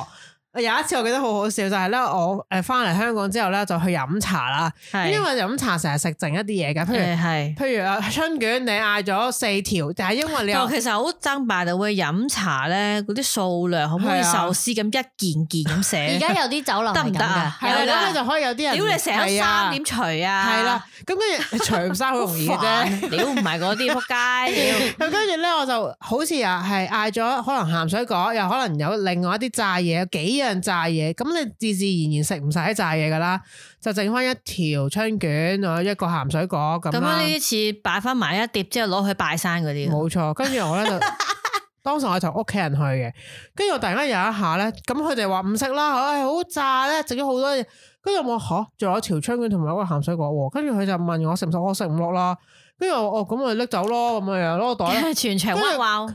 有一次我記得好好笑，就係咧我誒翻嚟香港之後咧就去飲茶啦，係因為飲茶成日食剩一啲嘢㗎，譬如係。譬如啊春卷你嗌咗四條，但係因為你但又我哦其實好憎敗到會飲茶咧，嗰啲數量可唔可以係啊壽司咁一件件咁而寫？家有啲酒樓得唔得啊係有㗎啦，咁你就可以有啲人 屌你成日係啊三點除啊！係啦，咁跟住除唔衫好容易嘅啫。煩，屌唔係嗰啲仆街，咁跟住咧，我就好似又啊係嗌咗，可能鹹水果，又可能有另外一啲炸嘢，有幾樣炸嘢，咁你自自然然食唔晒啲炸嘢噶啦，就剩翻一條春卷，仲有一個鹹水果 咁啊屌咁樣啊啦呢，啲似擺翻埋一碟之後攞去拜山嗰啲，啊冇錯。跟住我咧就， 當時我係同屋企人去嘅，跟住我突然間有一下咧，咁佢哋話唔食啦，唉、好炸咧，食咗好多嘢，跟住我話吓，仲有條春卷同埋一個鹹水果喎，跟住佢就問我食唔食，我食唔落啦，跟住我哦咁咪拎走咯，咁樣樣攞個袋。 全場哇哇，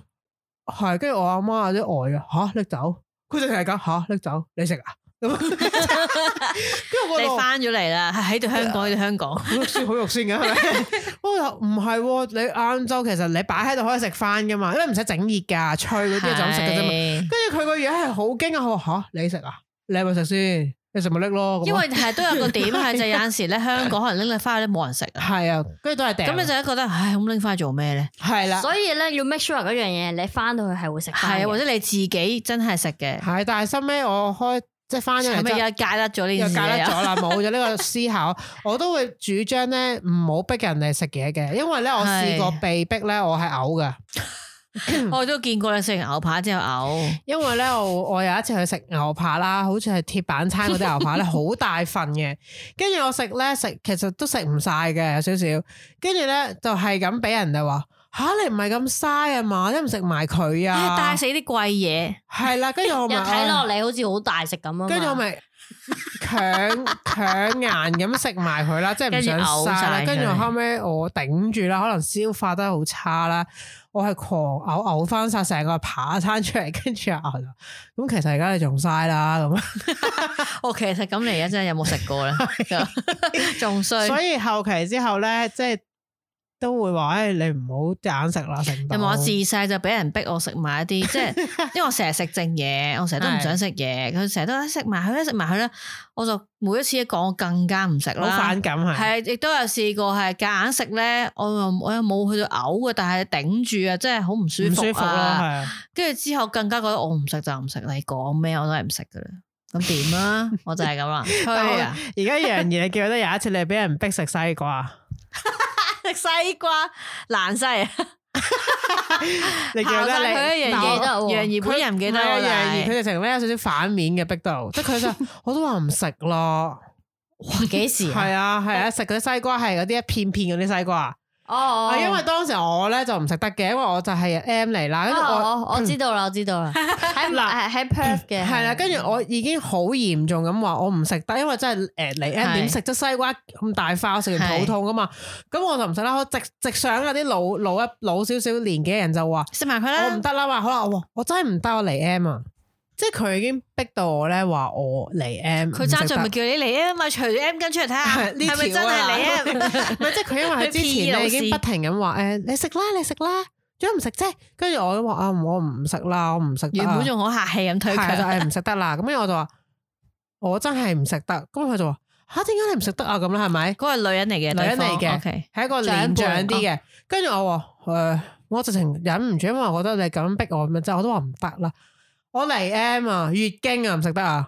係，跟住我阿媽有啲呆啊，吓拎走，佢就係咁吓拎走，你食啊，咁， 跟住我你話翻咗嚟啦， 係喺度香啊港，喺度香港，好肉酸，好肉酸嘅係 咪？我就唔係喎，你晏晝其實你擺喺度可以食翻噶嘛，因為唔使整熱噶，脆嗰啲就咁食啊嘅啫嘛。嘛。跟住佢個樣係好驚啊，我話吓你食啊，你係咪食先？你食咪拎咯，因為係都有個點係就有陣時咧，香港可能拎你翻去咧冇人食啊，係啊， 跟住都係掟。咁你就覺得唉咁拎翻去做咩咧？係啦，所以咧要 make sure 嗰樣嘢，你翻到去係會食翻係嘅。啊，或者你自己真係食嘅，係，但係收尾我開即係翻咗係嚟咪之後又戒得咗呢又件戒事得啊？咗啦，冇咗呢個思考，啊我都會主張咧唔好逼人哋食嘢嘅，因為咧我係試過被逼咧，我係嘔嘅， 我都見過你食完牛 扒之後嘔，因為咧我我有一次去食牛扒啦，好似係鐵板餐嗰啲牛扒 咧，好大份嘅，跟住我食咧食其實都食唔晒嘅有少少，跟住咧就係咁俾人哋話吓你唔係咁嘥啊嘛，你唔食埋佢唉哎帶啊，死啲貴 嘢。係啦，跟住我咪又睇唉落嚟好似好大食咁啊嘛。啊跟住我咪 強強硬咁食埋佢啦，即係唔想嘥啦。跟住嘔晒佢跟住我後尾我頂住啦，可能消化得好差啦，我係狂嘔嘔翻晒成個扒餐出嚟，跟住又嘔。咁其實而家你仲嘥啦 咁，哦，其實咁你而家真係有冇食過咧？ 仲衰，所以後期之後咧，即係都會話：，誒，你唔好揀食啦，食唔到有冇？我自細就俾人逼我食埋一啲，即係因為我成日食剩嘢，我成日都唔想食嘢，佢成日都話食埋佢啦，食埋佢啦，我就每一次一講，我更加唔食好啦反。感係。係，亦啊都有試過係夾硬食咧，我又我又冇去到嘔嘅，但係頂住啊，真係好唔舒唔服舒服咯，係啊！啊，跟住之後更加覺得我唔食就唔食，你講咩我都係唔食噶啦。咁 點啊？我就係咁啦，吹但我啊！而家楊怡，你記得有一次你俾人逼食西瓜，食西瓜爛西。你啊記得校晒佢你一樣但我喎嘢楊怡本人唔記得係啊我楊怡佢啦。哋成咧有少少反面嘅逼到，即係佢 就我都話唔食咯，哇 幾時啊？係啊係啊，食嗰啲西瓜係嗰啲一片片嗰啲西瓜，哦，哦啊因為當時我咧就唔食得嘅，因為我就係 M 嚟啦，跟哦住啊我。嗯我我知道啦，我 知道啦，喺嗱嗯係喺 Perth 嘅，係啦，跟住我已經好嚴重咁話我唔食得，因為真係誒嚟 M 係點食得西瓜咁大塊，我食完肚痛噶嘛，咁我就唔食啦。我直直上有啲老老一老少少年紀嘅人就話食埋佢我唔啦，得啦嘛，可能我話我真係唔得，我嚟 M 啊，即係佢已經逼到我咧話我嚟 M， 佢唔食爭在得咪叫你嚟啊嘛，除咗 M 跟出嚟睇下， 係呢係咪條真啊係你啊？唔係，即係佢因為佢 E 之前咧已經不停咁話誒，你食啦，你食啦，仲有唔食啫？跟住我都話啊，我唔食啦，我唔食得 原啊。本仲好客氣咁推係啊就佢，係唔食得啦。咁跟住我就話我真係唔食得。咁佢就話吓，點解你唔食得啊？咁啦，係咪？嗰個女人嚟嘅，女人嚟嘅 o k 係一個年長啲哦嘅。跟住我話誒，我直情忍唔住，因為我覺得你咁逼我咁樣，即係我都話唔得啦。我嚟 M 啊，月經啊，唔食得 啊。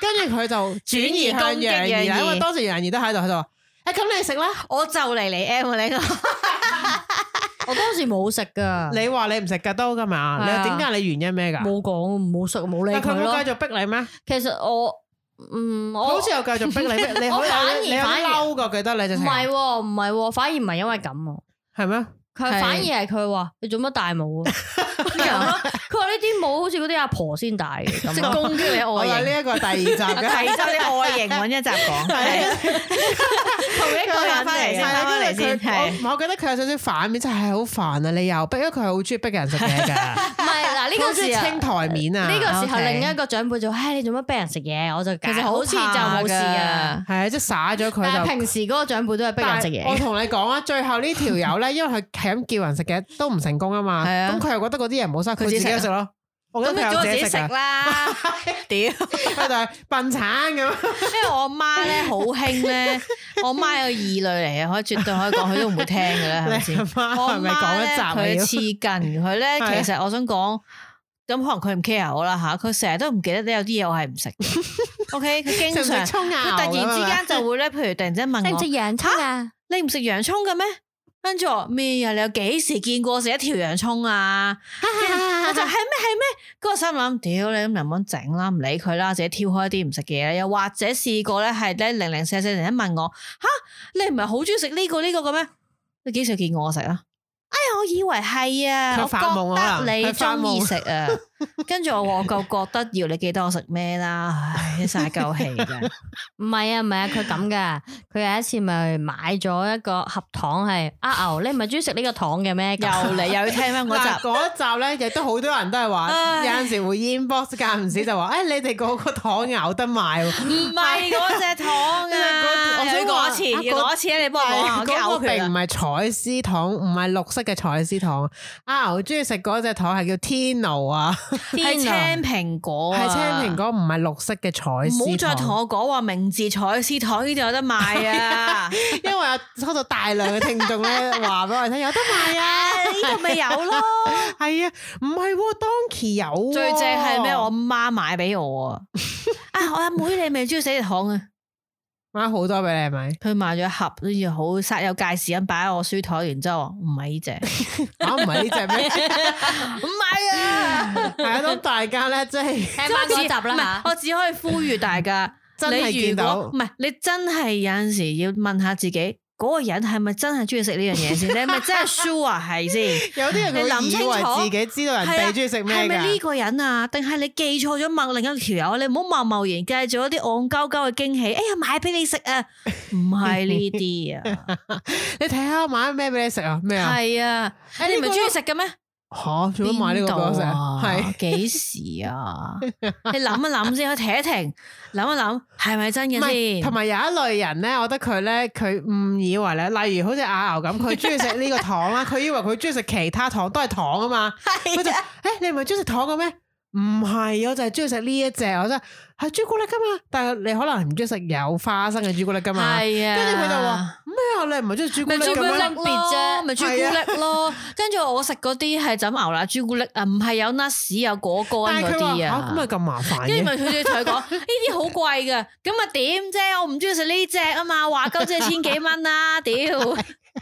跟住佢就轉移轉移攻向楊擊怡啦，楊怡因為當時楊怡都喺度，佢就話嗯誒，咁你食啦。我就嚟嚟 M 啊，你個我當時冇食噶，你話你唔食噶都噶嘛？你係啊話點解你原因咩噶？冇講冇食冇理但佢佢冇咯。繼續逼你咩？其實我嗯佢我好似又繼續逼你咩？你我好反而有你有啊反啲而嬲噶，記得你就唔成係喎，唔係喎，反而唔係因為咁喎。係咩？佢係反而係佢話你做乜戴帽 啊？佢話呢啲帽好似嗰啲阿婆先戴嘅咁即咯。攻擊你我外呢形，一個係第二集嘅。 係真你外形揾一集講， 係同啊一個人翻嚟先，係翻啊返嚟跟先，住佢係我我覺得佢有少少反面，真係好煩啊！你又逼，因為佢係好中意逼人食嘢㗎， 唔係 嗱呢佢好個中意時候清台面啊。呢個時候 OK 另一個長輩就唉你做乜俾人食嘢？我就其實好似就冇事啊。係啊，即係耍咗佢但係就。平時嗰個長輩都係逼但人食係我嘢。同你講啊，最後呢條友咧，因為佢係咁叫人食嘢都唔成功啊嘛，係啊咁佢又覺得嗰啲人冇晒，佢自自己己食啊食咯。我咁覺你得佢有早就自己食食啊，啦， 屌！佢就係笨橙咁。因為 我媽咧好 興咧，我媽有異類嚟嘅，可以絕對可以講，佢都唔會聽嘅啦，係咪你先阿？ 媽我係咪講一媽呢佢集啊黐筋，佢咧 係啊其實我想講，咁可能佢唔 care 我啦吓，佢成日都唔記得咧有啲嘢我係唔食。OK，佢經你要？食唔食常葱啊？佢突然之間就會咧，譬如突然之 間問食唔我食：洋葱啊？你唔食洋葱嘅咩？跟住我咩啊？你有幾時見過我食一條洋葱啊？我就係咩係咩，嗰個心諗，屌你咁人咁整啦，唔理佢啦，自己挑開啲唔食嘅嘢啦。又或者試過咧，係咧零零舍舍人一問我，吓你唔係好中意食呢個呢個嘅咩？你幾時見過我食啊？哎呀，我以為係啊，佢我發夢啊覺得你佢發夢中意食啊，跟住我話我夠覺得要你記得我食咩啦，唉，晒夠氣嘅，唔係啊，唔係啊，佢咁噶。佢有一次咪買咗一個盒糖係阿牛，你唔係中意食呢個糖嘅 咩？又嚟又要聽啊翻嗰嗱集，嗰一集咧，亦都好多人都係話，唉有陣時會 inbox 間唔時就話，誒哎你哋嗰個糖咬得賣喎，唔係嗰隻糖啊，我想又要講話一次，啊要嗰攞一次咧，你幫我講啊我驚係嗰個嘔血並唔啊！係彩絲糖，唔係綠色嘅彩絲糖。啊阿牛中意食嗰隻糖係叫天奴啊，係青蘋果啊，係青蘋果，唔係綠色嘅彩唔好絲再同糖。我講話明治彩絲糖呢度有得賣啊！因為我收到大量嘅聽眾咧話俾我聽，有得賣啊！呢度咪有咯。係啊，唔係喎，Donkey 有 喎最正係咩？我媽買俾我啊！啊，我阿妹你咪中意死糖啊！買好多俾你係咪？佢買咗一盒，跟住好煞有介事咁擺喺我書台，然之後我話唔係呢只，啊，唔係呢隻咩？ 唔係啊！係啊，咁大家咧即係。聽翻嗰集啦吓。我只可以呼籲大家，真係你見如到果唔係你真係有陣時要問下自己。嗰個人係咪真係中意食呢樣嘢先？你係咪真係 sure 啊係先？有啲人你佢諗清楚以為自己知道人哋中意食咩係咪呢㗎，個人啊？定係你記錯咗問另一條友？你唔好貿貿然計咗啲戇鳩鳩嘅驚喜。哎呀，買俾你食啊！唔係呢 啲啊，你睇下我買咩俾你食啊？咩啊？係啊，你唔係中意食嘅咩？吓，做乜買呢個俾我食？邊度係啊？ 幾時啊？你諗一諗先，去停一停，諗一諗係咪真唔係嘅同先？埋有一類人咧，我覺得佢咧，佢誤以為咧，例如好似阿牛咁，佢中意食呢個糖啊啦，佢以為佢中意食其他糖都係糖啊嘛，佢就誒你唔係中意食糖嘅咩？唔係，我就係中意食呢一隻，我真係係朱古力噶嘛，但係你可能唔中意食有花生嘅朱古力噶嘛，係啊，跟住佢就話咩啊？你唔係中意朱古咪力朱古力咁樣？別啫，咪朱古係力咯。跟住我食嗰啲係就咁牛奶朱古力啊，唔係有 nuts 有果乾但係嗰佢話嚇咁啲咪啊。咁麻煩跟住嘅，咪佢哋同佢講 呢啲好貴嘅，咁啊點啫？我唔中意食呢只啊嘛，話鳩即係千幾蚊啦，屌！因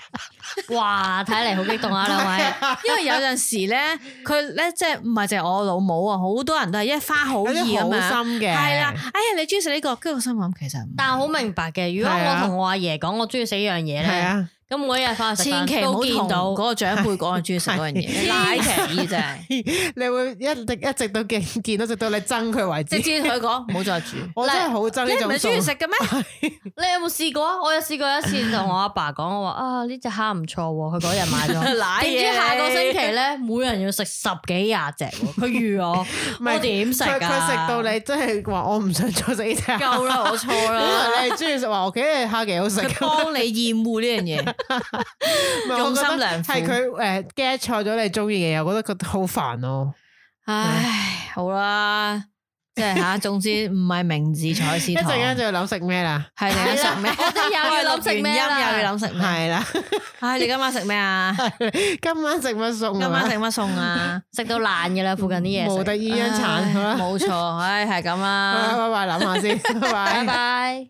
哇，睇嚟好激動啊，兩 位。為有陣時咧，佢咧即係唔係淨係我老母啊，好多人都係一花好有意咁啲樣。好心嘅，係啦，哎呀，你中意食呢個，跟住我心諗其實唔係但我好明白嘅，如果係啊我同我阿爺講我中意食呢樣嘢係咧，啊。咁每日翻去食飯千祈唔好都見同到嗰個長輩講我中意食嗰樣嘢，奶奇真係。你會一直一直到見見到，直到你憎佢為直止。接同佢講唔好再煮。我真係好憎你呢唔種係中意食餸。嘅 咩？你有冇試過啊？我有試過一次同我阿爸講，我話啊呢只蝦唔錯喎，佢嗰日買 咗。奶嘢。點知下個星期咧，每人要食十幾廿隻喎，佢預我，唔係我點食佢啊？佢食到你真係話我唔想再食呢只。夠啦，我錯本啦。來你係中意食話我幾隻蝦幾好 食佢幫你厭惡呢樣嘢，唔係用我覺得心良苦係佢誒 get 錯咗你中意嘅嘢，我覺得佢好煩哦咯。唉，好啦，即係吓，總之唔係明治彩一絲糖，陣間係就要諗食咩啦，你想食咩？我哋又要諗食咩錄完音又啦？要諗食咩？係啦， 唉，你今晚食咩啊？今晚食乜餸啊？今 晚食乜餸啊？食到爛嘅啦，附近啲嘢無食。敵鴛鴦殘好唉啦。冇錯，唉，係咁 拜啦。拜拜，諗下 先，拜拜拜。拜。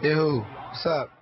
Hey, who? What's up?